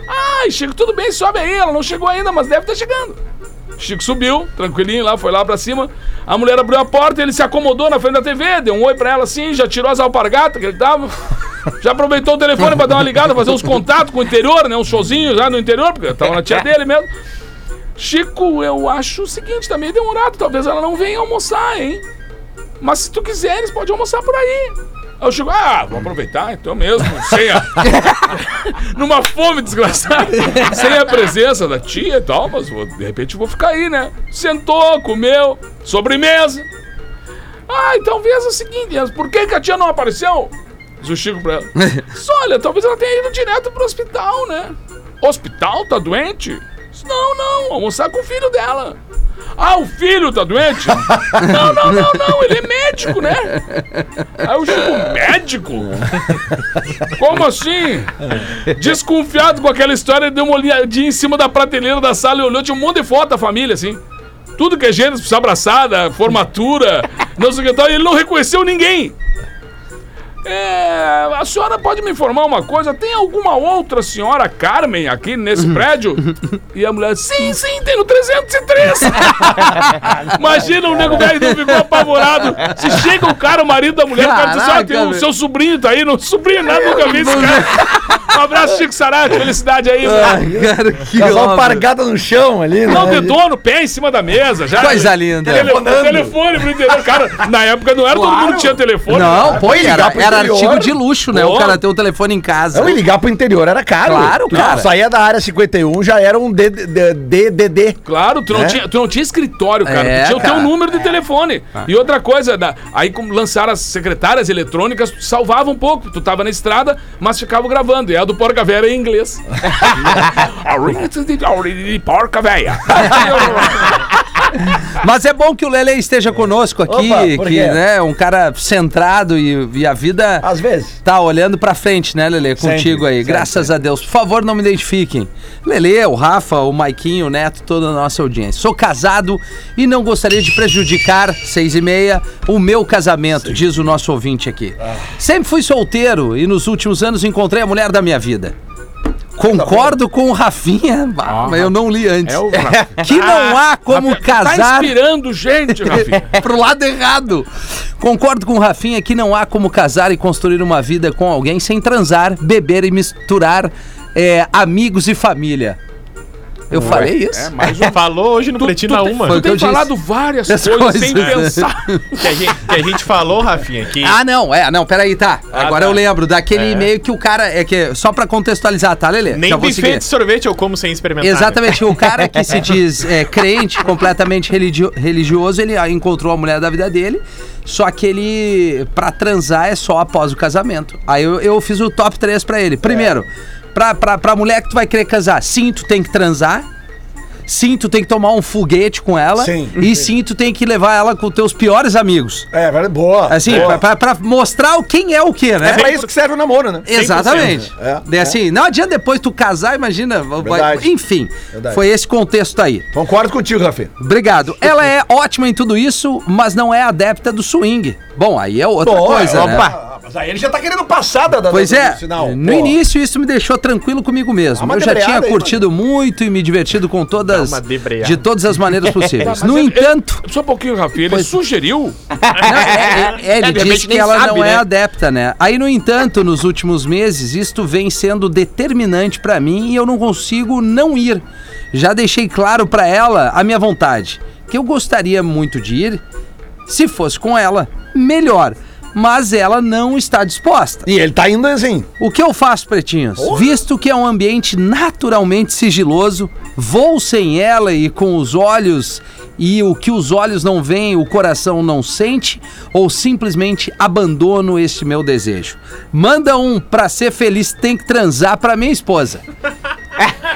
Speaker 6: Ai, Chico, tudo bem, sobe aí. Ela não chegou ainda, mas deve estar chegando. Chico subiu, tranquilinho lá, foi lá pra cima. A mulher abriu a porta, ele se acomodou na frente da TV, deu um oi pra ela assim, já tirou as alpargatas que ele tava. [laughs] Já aproveitou o telefone pra dar uma ligada, fazer uns contatos com o interior, né? Uns showzinhos lá no interior, porque tava na tia dele mesmo. Chico, eu acho o seguinte, tá meio demorado, talvez ela não venha almoçar, hein? Mas se tu quiseres, pode almoçar por aí. Aí o Chico, ah, vou aproveitar, então mesmo, sem a... Numa fome desgraçada, sem a presença da tia e tal, mas vou- de repente vou ficar aí, né? Sentou, comeu, sobremesa. Ah, e talvez é o seguinte, Enzo, por que, que a tia não apareceu? Diz o Chico pra ela. Diz, olha, talvez ela tenha ido direto pro hospital, né? Hospital? Tá doente? Diz, não, não, almoçar com o filho dela. Ah, o filho tá doente? não, não, não, não, ele é médico, né? Aí o Chico, médico? Como assim? Desconfiado com aquela história, ele deu uma olhadinha em cima da prateleira da sala e olhou, tinha um monte de foto da família, assim. Tudo que é gênero, precisa abraçada, formatura, não sei o que tal, e ele não reconheceu ninguém. É, a senhora pode me informar uma coisa? Tem alguma outra senhora Carmen aqui nesse prédio? E a mulher, sim, sim, tem no 303. Imagina o nego velho não ficou apavorado. Se chega o cara, o marido da mulher, o cara diz:
Speaker 3: Caraca,
Speaker 6: ah, tem o
Speaker 3: velho.
Speaker 6: seu sobrinho tá aí. Não, sobrinho, nada, nunca vi esse cara. Um abraço, Chico Sarate, felicidade aí. mano.
Speaker 3: Ah, Cara, que
Speaker 4: As
Speaker 3: obra.
Speaker 4: alpargatas no chão ali, né?
Speaker 6: Não, detono, pé em cima da mesa. Já,
Speaker 3: Ah, Coisa linda.
Speaker 6: Tele- telefone pro interior. Cara, na época não era todo mundo que tinha telefone.
Speaker 3: Não, pô,
Speaker 4: Vai
Speaker 3: cara,
Speaker 4: ligar
Speaker 3: era,
Speaker 4: pro
Speaker 3: era
Speaker 4: interior-
Speaker 3: artigo de luxo, né? O
Speaker 6: Pô.
Speaker 3: cara ter o telefone em casa.
Speaker 4: Não, e ligar pro interior era caro.
Speaker 3: Claro,
Speaker 4: Tu
Speaker 3: cara.
Speaker 4: Saía da área 51, já era um DDD.
Speaker 6: Claro, tu não,
Speaker 4: É.
Speaker 6: tinha, tu não tinha escritório, cara.
Speaker 3: É, Ah.
Speaker 6: tu tinha o
Speaker 3: cara.
Speaker 6: teu número de telefone. E outra coisa, da- aí como lançaram as secretárias eletrônicas, tu salvava um pouco. Tu tava na estrada, mas ficava gravando. E a do Porca Véia era em
Speaker 3: [laughs]
Speaker 6: inglês. [laughs] Porca Véia.
Speaker 3: [laughs] Mas é bom que o Lele esteja conosco aqui,
Speaker 4: Opa, por
Speaker 3: que
Speaker 4: quê?
Speaker 3: né, é um cara centrado e, e a vida
Speaker 4: Às vezes.
Speaker 3: tá olhando pra frente, né, Lele? Contigo aí. Graças a Deus. Por favor, não me identifiquem. Lele, o Rafa, o Maiquinho, o Neto, toda a nossa audiência. Sou casado e não gostaria de prejudicar, seis e meia, o meu casamento, diz o nosso ouvinte aqui.
Speaker 6: Ah.
Speaker 3: Sempre fui solteiro e nos últimos anos encontrei a mulher da minha vida. Concordo com o Rafinha, bah, mas eu não li antes. [laughs]
Speaker 6: Ah, É o Rafa.
Speaker 3: que não
Speaker 6: [laughs]
Speaker 3: há como
Speaker 6: Tá
Speaker 3: casar
Speaker 6: inspirando gente, Rafinha.
Speaker 3: [laughs] pro lado errado. Concordo com o Rafinha que não há como casar e construir uma vida com alguém sem transar, beber e misturar é, amigos e família. Eu falei isso?
Speaker 6: É, mas
Speaker 5: Falou hoje no Pretinho na Uma.
Speaker 3: Foi o
Speaker 6: tu
Speaker 3: que
Speaker 6: tem
Speaker 3: Então eu disse.
Speaker 6: falado várias
Speaker 3: As
Speaker 6: coisas, sem
Speaker 3: coisas. [laughs]
Speaker 6: pensar.
Speaker 5: Que a, gente, que a gente falou, Rafinha, que.
Speaker 3: Ah, não, é, não, peraí, tá.
Speaker 5: Ah,
Speaker 3: Agora
Speaker 5: tá.
Speaker 3: eu lembro daquele
Speaker 5: É.
Speaker 3: e-mail que o cara. É que, só pra contextualizar, tá, Lelê?
Speaker 5: Nem
Speaker 3: Já vou seguir.
Speaker 5: buffet de sorvete eu como sem experimentar. né?
Speaker 3: Exatamente, o cara que se diz é, crente, completamente religio- religioso, ele ah, encontrou a mulher da vida dele, só que ele, pra transar, é só após o casamento. Aí eu, eu fiz o top 3 pra ele. Primeiro,
Speaker 4: É.
Speaker 3: pra, pra, pra mulher que tu vai querer casar, sim, tu tem que transar. Sim, tu tem que tomar um foguete com ela.
Speaker 4: Sim.
Speaker 3: E sim, tu tem que levar ela com teus piores amigos.
Speaker 4: É, velho, boa.
Speaker 3: Assim,
Speaker 4: boa.
Speaker 3: pra, pra- pra mostrar quem é o que, né?
Speaker 4: É pra isso que serve o namoro, né?
Speaker 3: Exatamente.
Speaker 4: 100%.
Speaker 3: Daí,
Speaker 4: É,
Speaker 3: assim, não adianta depois tu casar, imagina. vai-
Speaker 4: Verdade.
Speaker 3: Enfim,
Speaker 4: Verdade.
Speaker 3: foi esse contexto aí.
Speaker 4: Concordo contigo, Rafi.
Speaker 3: Obrigado. Ela é ótima em tudo isso, mas não é adepta do swing. Bom, aí é outra coisa, né?
Speaker 4: Ah, mas aí ele já tá querendo passar da, da
Speaker 3: Pois
Speaker 4: do- do
Speaker 3: é,
Speaker 4: sinal.
Speaker 3: no
Speaker 4: Pô.
Speaker 3: início isso me deixou tranquilo comigo
Speaker 4: Ah,
Speaker 3: mesmo.
Speaker 4: uma
Speaker 3: Eu já tinha
Speaker 4: debreada aí,
Speaker 3: curtido muito e me divertido com todas,
Speaker 5: Dá uma debreada. Tá,
Speaker 3: de todas as
Speaker 4: [laughs]
Speaker 3: maneiras possíveis.
Speaker 6: Mas
Speaker 3: No
Speaker 6: ele-
Speaker 3: entanto,
Speaker 6: ele- só um pouquinho, Rafinha. Ele sugeriu.
Speaker 3: Não, é, é, é, ele
Speaker 7: É, de
Speaker 3: disse
Speaker 7: repente
Speaker 3: que
Speaker 7: nem
Speaker 3: ela
Speaker 7: sabe,
Speaker 3: não é
Speaker 7: né?
Speaker 3: adepta, né? Aí, no entanto, nos últimos meses, isto vem sendo determinante pra mim e eu não consigo não ir. Já deixei claro pra ela a minha vontade, que eu gostaria muito de ir, se fosse com ela, melhor. Mas ela não está disposta.
Speaker 4: E ele tá indo assim.
Speaker 3: O que eu faço, pretinhos? Visto que é um ambiente naturalmente sigiloso, vou sem ela e com os olhos, e o que os olhos não veem, o coração não sente, ou simplesmente abandono este meu desejo. Manda um pra ser feliz tem que transar pra minha esposa.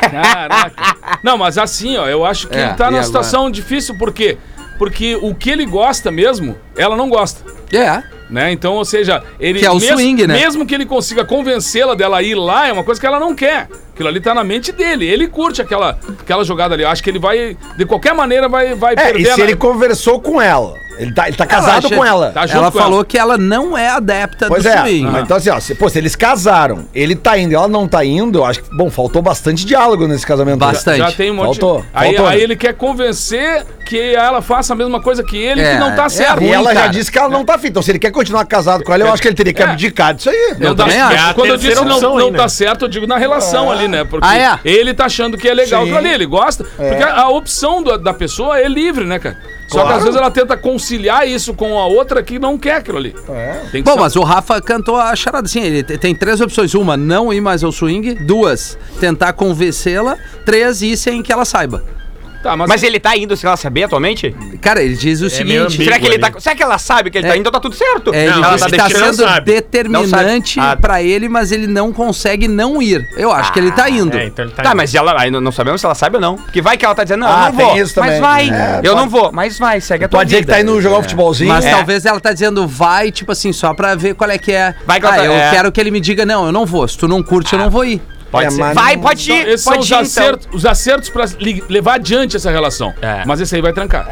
Speaker 6: Caraca. Não, mas assim, ó, eu acho que
Speaker 3: É,
Speaker 6: ele tá
Speaker 3: e
Speaker 6: numa
Speaker 3: agora?
Speaker 6: situação difícil, por quê? Porque o que ele gosta mesmo, ela não gosta.
Speaker 3: É.
Speaker 6: Né? Então, ou seja, ele
Speaker 3: Que é o
Speaker 6: mesmo,
Speaker 3: swing, né?
Speaker 6: mesmo que ele consiga convencê-la dela a ir lá, é uma coisa que ela não quer. Aquilo ali tá na mente dele. Ele curte aquela, aquela jogada ali. Eu acho que ele vai, de qualquer maneira, vai, vai
Speaker 4: É, e
Speaker 6: perder.
Speaker 4: se
Speaker 6: né?
Speaker 4: ele conversou com ela? Ele tá, ele tá casado
Speaker 3: acha-
Speaker 4: com ela.
Speaker 6: tá junto
Speaker 3: ela
Speaker 6: com
Speaker 3: falou que ela não é adepta
Speaker 4: Pois
Speaker 3: do
Speaker 4: é,
Speaker 3: swing. né?
Speaker 4: mas então assim, ó, se, pô, se eles casaram, ele tá indo e ela não tá indo, eu acho que, bom, faltou bastante diálogo nesse casamento.
Speaker 3: Bastante.
Speaker 6: Já tem um monte
Speaker 4: Faltou,
Speaker 6: aí,
Speaker 4: faltou.
Speaker 6: aí ele quer convencer que ela faça a mesma coisa que ele,
Speaker 3: É,
Speaker 6: que não
Speaker 3: é
Speaker 6: tá certo.
Speaker 4: E
Speaker 3: ruim,
Speaker 4: ela já
Speaker 3: cara.
Speaker 4: disse que ela não tá fita. Então, se ele quer continuar casado com ela, eu acho que ele teria que
Speaker 6: É.
Speaker 4: abdicar disso aí.
Speaker 6: Não dá,
Speaker 3: também acho.
Speaker 6: certo.
Speaker 5: É a
Speaker 6: quando eu
Speaker 5: terceira
Speaker 6: disse não,
Speaker 5: opção
Speaker 6: não
Speaker 5: aí, né?
Speaker 6: tá certo, eu digo na relação ali, né? Porque
Speaker 3: Ah, é?
Speaker 6: ele tá achando que é legal
Speaker 4: Sim.
Speaker 6: pra ali, ele gosta. Porque a, a opção do- da pessoa é livre, né, cara? Só que às vezes ela tenta conciliar isso com a outra que não quer aquilo ali. Tem que
Speaker 3: Bom,
Speaker 6: saber.
Speaker 3: mas o Rafa cantou a charada assim, ele te- tem três opções. Uma, não ir mais ao swing. Duas, tentar convencê-la. Três, ir sem que ela saiba.
Speaker 6: Tá, mas,
Speaker 7: Mas ele tá indo sem ela saber atualmente?
Speaker 3: Cara, ele diz o
Speaker 5: É meio
Speaker 3: seguinte...
Speaker 5: ambíguo.
Speaker 7: Será que ele
Speaker 5: ali.
Speaker 7: tá. Será que ela sabe que ele
Speaker 3: É.
Speaker 7: tá indo? Então tá tudo certo.
Speaker 3: É, ele
Speaker 5: Não, ela
Speaker 3: diz
Speaker 5: tá
Speaker 3: que tá
Speaker 5: deixando,
Speaker 3: sendo
Speaker 5: sabe.
Speaker 3: determinante
Speaker 7: Não sabe. Ah.
Speaker 3: pra ele, mas ele não consegue não ir. Eu acho que ele tá indo.
Speaker 5: É, então ele tá.
Speaker 7: Tá, mas ela. Aí não não sabemos se ela sabe ou não. Porque vai que ela tá dizendo, não,
Speaker 4: Ah,
Speaker 7: eu não vou.
Speaker 4: tem isso também.
Speaker 7: Mas vai.
Speaker 4: É,
Speaker 7: eu
Speaker 4: pode-
Speaker 7: não vou, mas vai, segue a tua
Speaker 4: Pode dizer que
Speaker 7: vida.
Speaker 4: tá indo jogar um futebolzinho.
Speaker 3: né? Mas
Speaker 4: É.
Speaker 3: talvez ela tá dizendo vai, tipo assim, só pra ver qual é que é.
Speaker 7: Vai que ela
Speaker 3: ah,
Speaker 7: tá-
Speaker 3: eu
Speaker 7: é.
Speaker 3: quero que ele me diga, não, eu não vou. Se tu não curte, eu
Speaker 5: Ah.
Speaker 3: não vou ir.
Speaker 4: É,
Speaker 7: Pode
Speaker 4: mas
Speaker 7: ser. Vai,
Speaker 4: não-
Speaker 7: pode ir.
Speaker 6: esses são
Speaker 7: pode
Speaker 6: os
Speaker 7: ir, então.
Speaker 6: acertos, os acertos pra li- levar adiante essa relação.
Speaker 7: É.
Speaker 6: Mas esse aí vai trancar.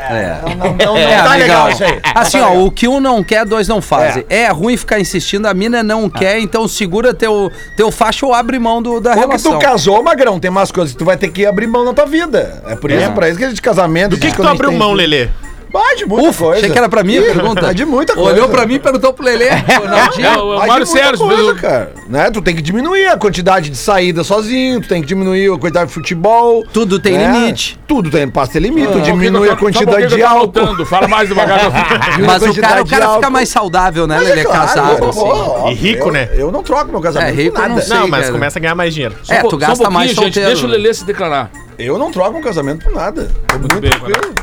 Speaker 4: Não, não, não, não
Speaker 3: tá- É,
Speaker 4: tá
Speaker 3: legal.
Speaker 4: legal isso aí.
Speaker 3: Assim, ó, o que um não quer, dois não fazem. É, ruim ficar insistindo, a mina não quer, então segura teu, teu facho ou abre mão do, da
Speaker 4: Como que
Speaker 3: relação.
Speaker 4: tu casou, Magrão? Tem umas coisas que tu vai ter que abrir mão na tua vida. É por isso, pra isso que a gente casamento.
Speaker 5: Do que, que tu abriu mão, Lelê?
Speaker 4: Vai de muita
Speaker 3: Ufa,
Speaker 4: coisa.
Speaker 3: achei que era pra mim a pergunta.
Speaker 4: É de muita coisa.
Speaker 3: Olhou pra mim e perguntou pro [laughs] Lelê.
Speaker 6: É,
Speaker 3: Ronaldinho.
Speaker 6: o
Speaker 4: Vai de muita
Speaker 6: Mário Sérgio fez
Speaker 4: coisa,
Speaker 6: o-
Speaker 4: cara. Né? Tu tem que diminuir a quantidade de saída sozinho, tu tem que diminuir a quantidade de futebol. né?
Speaker 3: Tudo tem limite.
Speaker 4: Tudo tem, passa ter limite. tu
Speaker 6: Só um pouquinho que
Speaker 4: diminui
Speaker 6: eu
Speaker 4: a
Speaker 6: tô- só um pouquinho
Speaker 4: quantidade
Speaker 6: que eu
Speaker 4: de
Speaker 6: tô
Speaker 4: álcool.
Speaker 6: voltando. Fala mais
Speaker 4: [laughs]
Speaker 6: devagar.
Speaker 4: diminui a
Speaker 3: Ah, Mas o cara, o
Speaker 4: quantidade de
Speaker 3: cara fica
Speaker 4: álcool.
Speaker 3: mais saudável, né,
Speaker 4: Mas é
Speaker 3: Lelê?
Speaker 4: claro,
Speaker 3: casado,
Speaker 4: pô,
Speaker 3: assim.
Speaker 4: óbvio,
Speaker 5: E rico,
Speaker 4: eu-
Speaker 5: né?
Speaker 4: Eu não troco meu casamento
Speaker 3: É, rico
Speaker 4: por
Speaker 3: eu não
Speaker 4: nada.
Speaker 3: sei.
Speaker 5: Não, mas
Speaker 3: cara.
Speaker 5: começa a ganhar mais dinheiro.
Speaker 3: É, tu gasta mais
Speaker 6: um gente,
Speaker 3: solteiro.
Speaker 6: deixa o Lelê se declarar.
Speaker 4: Eu não troco meu casamento por nada. Tô muito
Speaker 6: bem,
Speaker 4: tranquilo.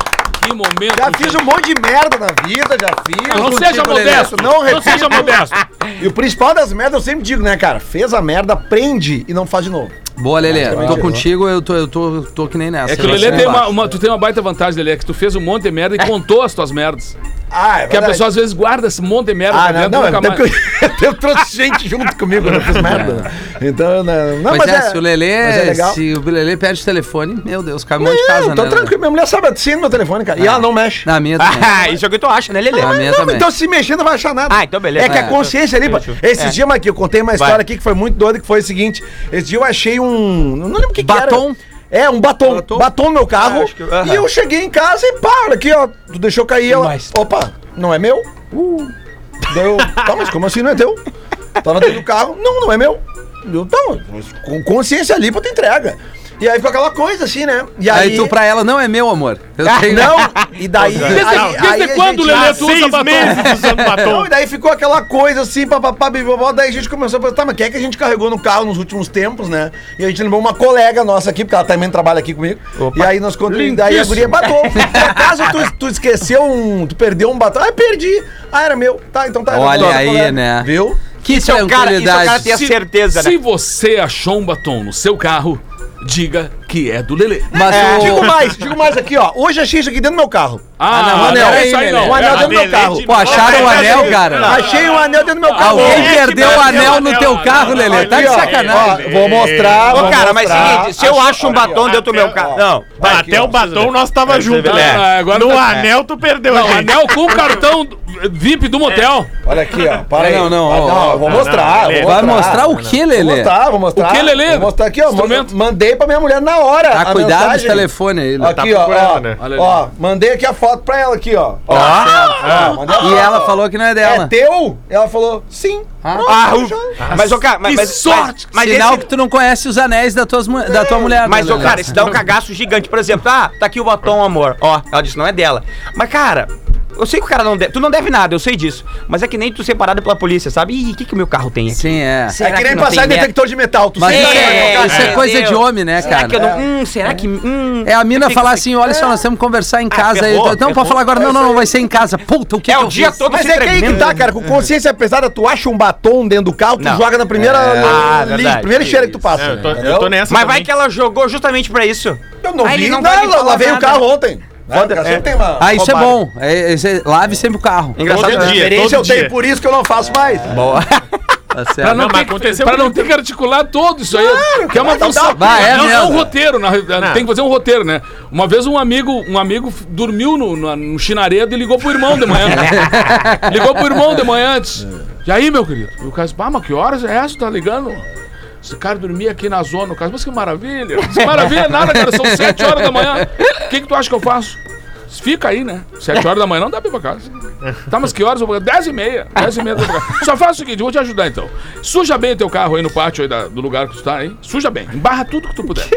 Speaker 6: Que momento.
Speaker 4: Já fiz um monte de merda na vida, já fiz. um
Speaker 6: Não, não
Speaker 4: Contigo,
Speaker 6: seja
Speaker 4: Lelê,
Speaker 6: modesto.
Speaker 4: tu Não,
Speaker 6: Não,
Speaker 4: repito.
Speaker 6: seja modesto.
Speaker 4: E o principal das merdas, eu sempre digo, né, cara? Fez a merda, prende e não faz de novo.
Speaker 3: Boa, Lelê. Tô
Speaker 4: Basicamente,
Speaker 3: contigo, eu tô, eu tô, tô que nem nessa.
Speaker 6: É que o
Speaker 3: Eu
Speaker 6: Lelê
Speaker 3: tô
Speaker 6: tem
Speaker 3: embaixo.
Speaker 6: uma, uma- tu tem uma baita vantagem, Lelê, é que tu fez um monte de merda
Speaker 4: É.
Speaker 6: e contou as tuas merdas.
Speaker 4: Ah, é
Speaker 6: Porque a pessoa às vezes guarda esse monte de merda
Speaker 4: Ah,
Speaker 6: pra
Speaker 4: não,
Speaker 6: dentro
Speaker 4: não,
Speaker 6: e nunca
Speaker 4: até
Speaker 6: mais.
Speaker 4: porque [laughs] eu, eu trouxe gente junto comigo, eu não fiz merda. né? Então, não, não,
Speaker 3: Mas,
Speaker 4: mas,
Speaker 3: é, se o Lelê,
Speaker 4: mas é legal.
Speaker 3: se o Lelê perde o telefone, meu Deus, cai um monte de
Speaker 4: Não,
Speaker 3: casa,
Speaker 4: tô
Speaker 3: né?
Speaker 4: tranquilo, minha mulher sabe a senha do meu telefone, cara. E ela não mexe.
Speaker 3: Na minha [laughs] também.
Speaker 7: Ah, [laughs] isso é o que tu acha, né, Lelê?
Speaker 3: Na Ah. minha
Speaker 4: Não,
Speaker 3: também.
Speaker 4: então se mexer não vai achar nada.
Speaker 7: Ah, então beleza.
Speaker 4: É que
Speaker 3: É,
Speaker 4: a consciência ali, pô. Esse
Speaker 7: É.
Speaker 4: dia, Maqui, eu contei uma história aqui que foi muito doida, que foi o seguinte. Esse dia eu achei um... Não lembro o que
Speaker 3: Batom?
Speaker 4: que era. É, um batom.
Speaker 3: Batom?
Speaker 4: Batom, no meu carro.
Speaker 7: Ah, acho que- aham.
Speaker 4: E eu cheguei em casa e pá, olha aqui, ó. Tu deixou cair, ela...
Speaker 3: mais.
Speaker 4: Opa, não é meu? Uh. Daí eu, tá, mas como assim não é teu? Tava dentro do carro. Não, não é meu. Eu, tá, mas com consciência ali, pô, tu entrega. E aí ficou aquela coisa assim, né? E
Speaker 3: Aí tu pra ela, não é meu, amor. Eu
Speaker 4: Ah,
Speaker 3: tenho-
Speaker 4: não, e daí.
Speaker 6: Desde,
Speaker 4: aí-
Speaker 6: desde
Speaker 4: aí a
Speaker 6: quando,
Speaker 4: gente-
Speaker 6: Lelê,
Speaker 5: Há
Speaker 6: tu usa
Speaker 5: seis
Speaker 6: batom?
Speaker 5: meses usando
Speaker 3: É.
Speaker 4: Não,
Speaker 5: batom.
Speaker 4: Então, e daí ficou aquela coisa assim, papapá, bibobó, daí a gente começou a perguntar, mas quem é que a gente carregou no carro nos últimos tempos, né? E a gente lembrou uma colega nossa aqui, porque ela também trabalha aqui comigo. E aí nós contamos, daí a
Speaker 3: [laughs]
Speaker 4: guria bateu. Por acaso tu, tu esqueceu um, tu perdeu um batom? Ah, perdi. Ah, era meu. Tá, então tá. era
Speaker 3: Olha
Speaker 4: da nossa
Speaker 3: aí, né?
Speaker 4: Viu?
Speaker 3: [laughs] Que
Speaker 7: Isso é o cara- isso é o cara
Speaker 3: tranquilidade.
Speaker 7: ter-
Speaker 6: Se-
Speaker 7: certeza, né?
Speaker 6: Se você achou um batom no seu carro, diga que é do Lelê.
Speaker 3: Mas
Speaker 7: né?
Speaker 3: o-
Speaker 4: Digo
Speaker 7: tipo,
Speaker 4: mais, digo mais aqui, ó. Hoje achei isso aqui dentro do meu carro.
Speaker 6: Ah,
Speaker 3: não,
Speaker 6: não,
Speaker 3: anel,
Speaker 6: não,
Speaker 3: hein,
Speaker 6: isso aí
Speaker 3: Lelê?
Speaker 6: não.
Speaker 4: Um anel
Speaker 6: É,
Speaker 4: dentro do meu
Speaker 5: Lelê
Speaker 4: carro.
Speaker 5: de-
Speaker 3: Pô, acharam o anel,
Speaker 7: Ah.
Speaker 3: cara.
Speaker 4: Achei um anel dentro do meu carro.
Speaker 3: Alguém
Speaker 5: Lelê
Speaker 3: perdeu o
Speaker 5: que
Speaker 3: anel
Speaker 5: bateu
Speaker 3: no
Speaker 5: anel,
Speaker 3: teu
Speaker 5: não,
Speaker 3: carro,
Speaker 5: não,
Speaker 3: Lelê. Tá
Speaker 4: Aqui,
Speaker 3: de
Speaker 4: ó,
Speaker 3: sacanagem.
Speaker 4: ó, vou mostrar.
Speaker 7: Ô,
Speaker 4: vou
Speaker 7: cara, mas é
Speaker 4: mostrar.
Speaker 7: seguinte, se eu acho um batom dentro do meu carro. Não, vai
Speaker 5: Ah,
Speaker 7: aqui,
Speaker 5: Até
Speaker 7: ó.
Speaker 5: o batom nós tava junto.
Speaker 7: Lelê.
Speaker 5: né?
Speaker 6: Ah, agora
Speaker 5: no
Speaker 6: tá-
Speaker 5: anel tu perdeu
Speaker 6: Não,
Speaker 5: gente.
Speaker 6: anel com o cartão do- VIP do motel.
Speaker 4: Olha aqui, ó.
Speaker 3: É,
Speaker 4: Para aí.
Speaker 3: não, não,
Speaker 4: Ah,
Speaker 3: ó, ó,
Speaker 4: não, eu vou
Speaker 5: não,
Speaker 4: mostrar.
Speaker 5: Lelê.
Speaker 4: vou
Speaker 7: tá.
Speaker 3: Vai mostrar o que,
Speaker 4: Vou
Speaker 3: Lelê?
Speaker 4: mostrar, vou mostrar.
Speaker 6: O que, Lelê?
Speaker 4: Vou mostrar aqui, ó.
Speaker 6: Instrumento.
Speaker 4: Mandei pra minha mulher na hora.
Speaker 3: Tá,
Speaker 4: a
Speaker 3: cuidado esse
Speaker 4: mensagem.
Speaker 3: telefone aí. Lelê.
Speaker 4: Aqui, ó,
Speaker 5: procurando,
Speaker 4: ó,
Speaker 5: né?
Speaker 6: Olha ali.
Speaker 4: ó. Mandei aqui a foto pra ela, aqui, ó. Ó,
Speaker 7: Ah,
Speaker 5: Ah.
Speaker 4: ó, mandei-
Speaker 3: E ela falou que não é
Speaker 4: É
Speaker 3: dela.
Speaker 4: teu? Ela falou, sim. É
Speaker 3: Ah.
Speaker 4: Pronto,
Speaker 7: Ah,
Speaker 4: eu já-
Speaker 7: o... Mas, ô, cara, mas,
Speaker 6: Que
Speaker 7: mas,
Speaker 6: sorte!
Speaker 7: Mas, mas
Speaker 3: Sinal
Speaker 7: esse- É.
Speaker 3: que tu não conhece os anéis da, tuas, mu- da tua mulher,
Speaker 7: Mas,
Speaker 3: né,
Speaker 7: ô,
Speaker 3: Lelê?
Speaker 7: cara, isso dá um cagaço gigante. Por exemplo, ah, tá aqui o batom, amor. Ó, ela disse, não é dela. Mas, cara, eu sei que o cara não deve. Tu não deve nada, eu sei disso. Mas é que nem tu ser parado pela polícia, sabe? Ih, o que, que o meu carro tem aqui?
Speaker 3: Sim, é.
Speaker 4: É que nem passar em detector de metal. Tu
Speaker 3: Mas
Speaker 4: sempre
Speaker 3: isso
Speaker 4: vai
Speaker 3: é,
Speaker 4: colocar-
Speaker 3: isso é coisa de homem, né,
Speaker 7: será
Speaker 3: cara?
Speaker 7: Que eu não, hum, será que. Hum,
Speaker 3: É a mina
Speaker 7: Fica-
Speaker 3: falar assim, olha só, nós temos que conversar em casa. aí.
Speaker 7: Ah, ferrou,
Speaker 3: Não,
Speaker 7: ferrou.
Speaker 3: pode falar agora. Não, não, não, vai ser em casa. Puta, o que
Speaker 7: É
Speaker 3: que
Speaker 7: o
Speaker 3: eu
Speaker 7: dia
Speaker 3: fiz?
Speaker 7: todo
Speaker 4: Mas
Speaker 7: se
Speaker 4: é que aí que
Speaker 7: tremendo.
Speaker 4: tá, cara. Com consciência pesada, tu acha um batom dentro do carro, tu
Speaker 7: Não.
Speaker 4: joga na primeira,
Speaker 7: É. Ah,
Speaker 4: li-
Speaker 7: verdade.
Speaker 4: primeira cheira que tu
Speaker 5: É,
Speaker 4: passa.
Speaker 5: eu, tô, eu
Speaker 4: entendeu?
Speaker 5: tô nessa
Speaker 7: Mas vai
Speaker 5: também.
Speaker 7: que ela jogou justamente pra isso.
Speaker 4: Eu não
Speaker 7: Ah, ele
Speaker 4: vi,
Speaker 7: não
Speaker 4: não,
Speaker 7: vai me
Speaker 4: eu
Speaker 7: falar
Speaker 4: lavei o
Speaker 7: nada.
Speaker 4: carro ontem. Né? Porque
Speaker 7: é.
Speaker 4: Sempre tem uma.
Speaker 3: Ah, isso é
Speaker 7: Roubaram.
Speaker 3: bom. É, esse é- lave sempre o carro.
Speaker 7: Engraçado.
Speaker 5: Todo
Speaker 7: né?
Speaker 5: dia.
Speaker 4: Referência eu
Speaker 5: todo
Speaker 4: tenho,
Speaker 5: dia.
Speaker 4: por isso que eu não faço mais.
Speaker 7: Boa.
Speaker 3: Tá certo.
Speaker 6: Pra não,
Speaker 5: Não, mas
Speaker 6: ter,
Speaker 5: aconteceu
Speaker 6: pra não
Speaker 5: comigo.
Speaker 6: ter que articular todo isso aí. que é uma
Speaker 4: cara,
Speaker 6: função.
Speaker 4: não
Speaker 3: dá. Vai, é
Speaker 6: não,
Speaker 3: mesmo.
Speaker 6: um roteiro. na-
Speaker 5: Não.
Speaker 6: Tem que fazer um roteiro, né? Uma vez um amigo, um amigo f- dormiu no, no, no chinaredo e ligou pro irmão de manhã. ligou pro irmão de manhã antes. E aí, meu querido? E o cara disse, "Bah, mas que horas é essa? que Tá ligando? Esse cara dormia aqui na zona. O cara, mas que maravilha. Eu disse, maravilha nada, cara. São sete horas da manhã. O que, que tu acha que eu faço? Disse, Fica aí, né? Sete horas da manhã não dá pra ir pra casa. Tá, mas que horas? Eu vou- Dez e meia. Dez e meia. eu vou pra casa. Só faz o seguinte, eu vou te ajudar então. Suja bem teu carro aí no pátio aí da- do lugar que tu tá, hein? Suja bem. Embarra tudo que tu puder.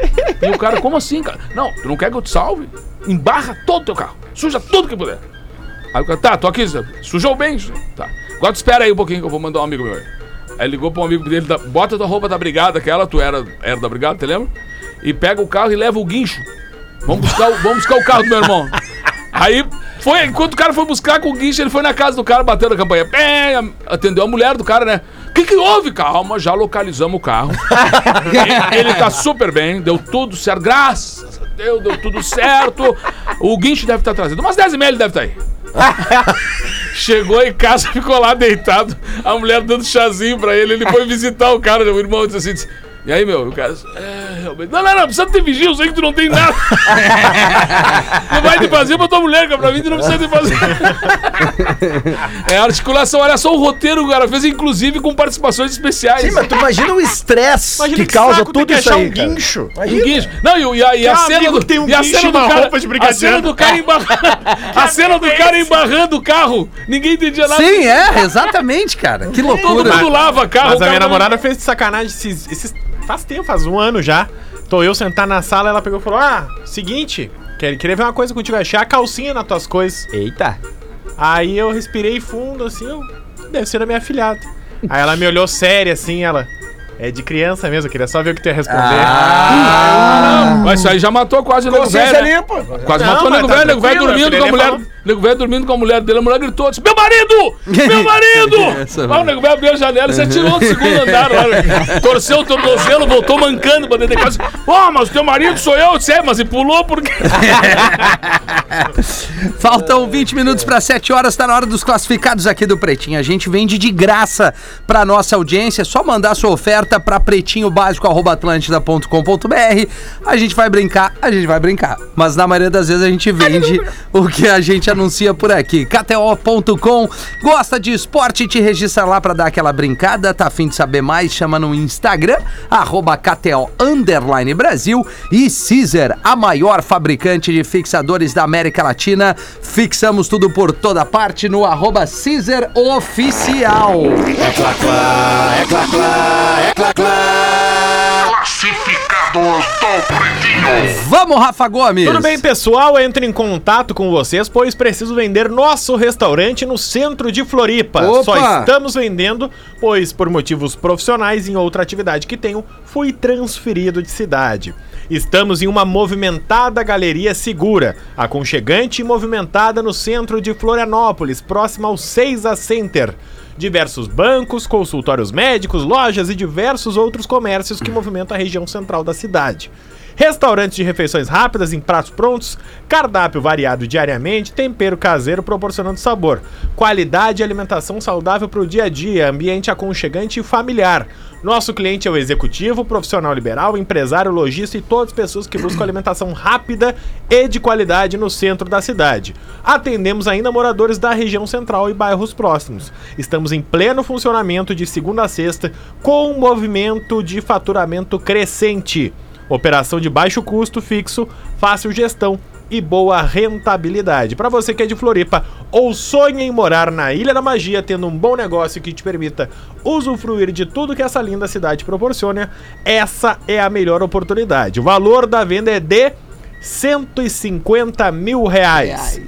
Speaker 6: E o cara, como assim, cara? Não, tu não quer que eu te salve? Embarra todo teu carro. Suja tudo que puder. Aí o cara, tá, tô aqui, Zé. sujou bem, Zé. tá. Agora tu espera aí um pouquinho que eu vou mandar um amigo meu aí. Aí ligou pra um amigo dele, da- bota tua roupa da brigada, aquela, tu era, era da brigada, te lembra? E pega o carro e leva o guincho. Vamos buscar, o- vamos buscar o carro do meu irmão. Aí foi, enquanto o cara foi buscar com o guincho, ele foi na casa do cara batendo a campanha. Pé, atendeu a mulher do cara, né? O que, que houve? Calma, já localizamos o carro. E- ele tá super bem, deu tudo certo. Graças a Deus, deu tudo certo. O guincho deve estar trazendo. Umas 10 ml ele deve estar aí. Chegou em casa, ficou lá deitado. A mulher dando chazinho pra ele. Ele foi visitar o cara, o irmão disse assim: disse, E aí, meu? O cara. disse, "É, realmente. Não, não, não, precisa ter vigia, eu sei que tu não tem nada. tu vai te fazer pra tua mulher, que é pra mim tu não precisa te fazer. é articulação, olha só o roteiro que o cara fez, inclusive com participações especiais.
Speaker 8: Sim, mas tu imagina o estresse
Speaker 5: Imagina
Speaker 8: que causa
Speaker 5: saco ter
Speaker 8: tudo
Speaker 5: que
Speaker 8: isso
Speaker 5: achar
Speaker 8: aí.
Speaker 5: um
Speaker 8: cara.
Speaker 5: guincho.
Speaker 6: Um guincho. Não, e, o- e a, e a
Speaker 5: Tem um
Speaker 6: cena
Speaker 5: amigo
Speaker 6: do
Speaker 5: que tem um
Speaker 6: e a
Speaker 5: guincho
Speaker 6: cena do
Speaker 5: e uma
Speaker 6: cara,
Speaker 5: roupa de
Speaker 6: a
Speaker 5: brigadeiro.
Speaker 6: cena do
Speaker 5: [laughs]
Speaker 6: cara embarrando, a cena do cara embarrando o carro, ninguém entendia nada.
Speaker 3: Sim, é, exatamente, cara. Que
Speaker 6: Todo
Speaker 3: loucura.
Speaker 6: mundo lava carro.
Speaker 5: Mas a
Speaker 6: o
Speaker 5: minha
Speaker 6: carro-
Speaker 5: namorada fez de sacanagem esses, esses- faz tempo, faz um ano já. Tô eu sentar na sala, ela pegou e falou: Ah, seguinte, quer- queria ver uma coisa contigo, achei a calcinha nas tuas coisas.
Speaker 7: Eita.
Speaker 5: Aí eu respirei fundo, assim, eu, deve ser a minha afilhada. Aí ela me olhou séria, assim, ela. É de criança mesmo, eu queria só ver o que tu ia responder.
Speaker 6: Ah, Mas isso aí já matou quase o nego velho. né? Quase
Speaker 5: Não,
Speaker 6: matou o
Speaker 5: mas
Speaker 6: nego
Speaker 5: tá
Speaker 6: velho, o nego velho
Speaker 5: tranquilo,
Speaker 6: dormindo
Speaker 5: filho,
Speaker 6: com
Speaker 5: ele
Speaker 6: a
Speaker 5: é
Speaker 6: mulher.
Speaker 5: falou.
Speaker 6: O nego velho dormindo com a mulher dele, a mulher gritou, disse, meu marido! Meu
Speaker 3: Essa,
Speaker 6: marido! Aí o
Speaker 3: velho.
Speaker 6: nego velho abriu a janela e se atirou do segundo andar, lá, né? torceu o tornozelo, voltou mancando pra dentro de casa. Ó, mas o teu marido sou eu, disse, "É, mas e pulou porque.
Speaker 3: Faltam 20 minutos para 7 horas, tá na hora dos classificados aqui do Pretinho. A gente vende de graça para nossa audiência, é só mandar sua oferta para pretinhobásico@atlantida.com.br. A gente vai brincar, a gente vai brincar, mas na maioria das vezes a gente vende o que a gente anuncia por aqui. KTO.com gosta de esporte, te registra lá para dar aquela brincada, tá afim de saber mais, chama no Instagram arroba KTO underline Brasil e Caesar, a maior fabricante de fixadores da América Latina. Fixamos tudo por toda parte no arroba Caesar Oficial. Vamos, Rafa Gomes!
Speaker 5: Tudo bem, pessoal? Entre em contato com vocês, pois preciso vender nosso restaurante no centro de Floripa.
Speaker 3: Opa!
Speaker 5: Só estamos vendendo, pois por motivos profissionais em outra atividade que tenho, fui transferido de cidade. Estamos em uma movimentada galeria segura, aconchegante e movimentada no centro de Florianópolis, próxima ao 6 a Center. Diversos bancos, consultórios médicos, lojas e diversos outros comércios que movimentam a região central da cidade. Restaurantes de refeições rápidas em pratos prontos, cardápio variado diariamente, tempero caseiro proporcionando sabor, qualidade e alimentação saudável para o dia a dia, ambiente aconchegante e familiar. Nosso cliente é o executivo, profissional liberal, empresário, lojista e todas as pessoas que buscam alimentação rápida e de qualidade no centro da cidade. Atendemos ainda moradores da região central e bairros próximos. Estamos em pleno funcionamento de segunda a sexta, com um movimento de faturamento crescente. Operação de baixo custo fixo, fácil gestão e boa rentabilidade. Para você que é de Floripa ou sonha em morar na Ilha da Magia, tendo um bom negócio que te permita usufruir de tudo que essa linda cidade proporciona, essa é a melhor oportunidade. O valor da venda é de R$ 150 mil reais.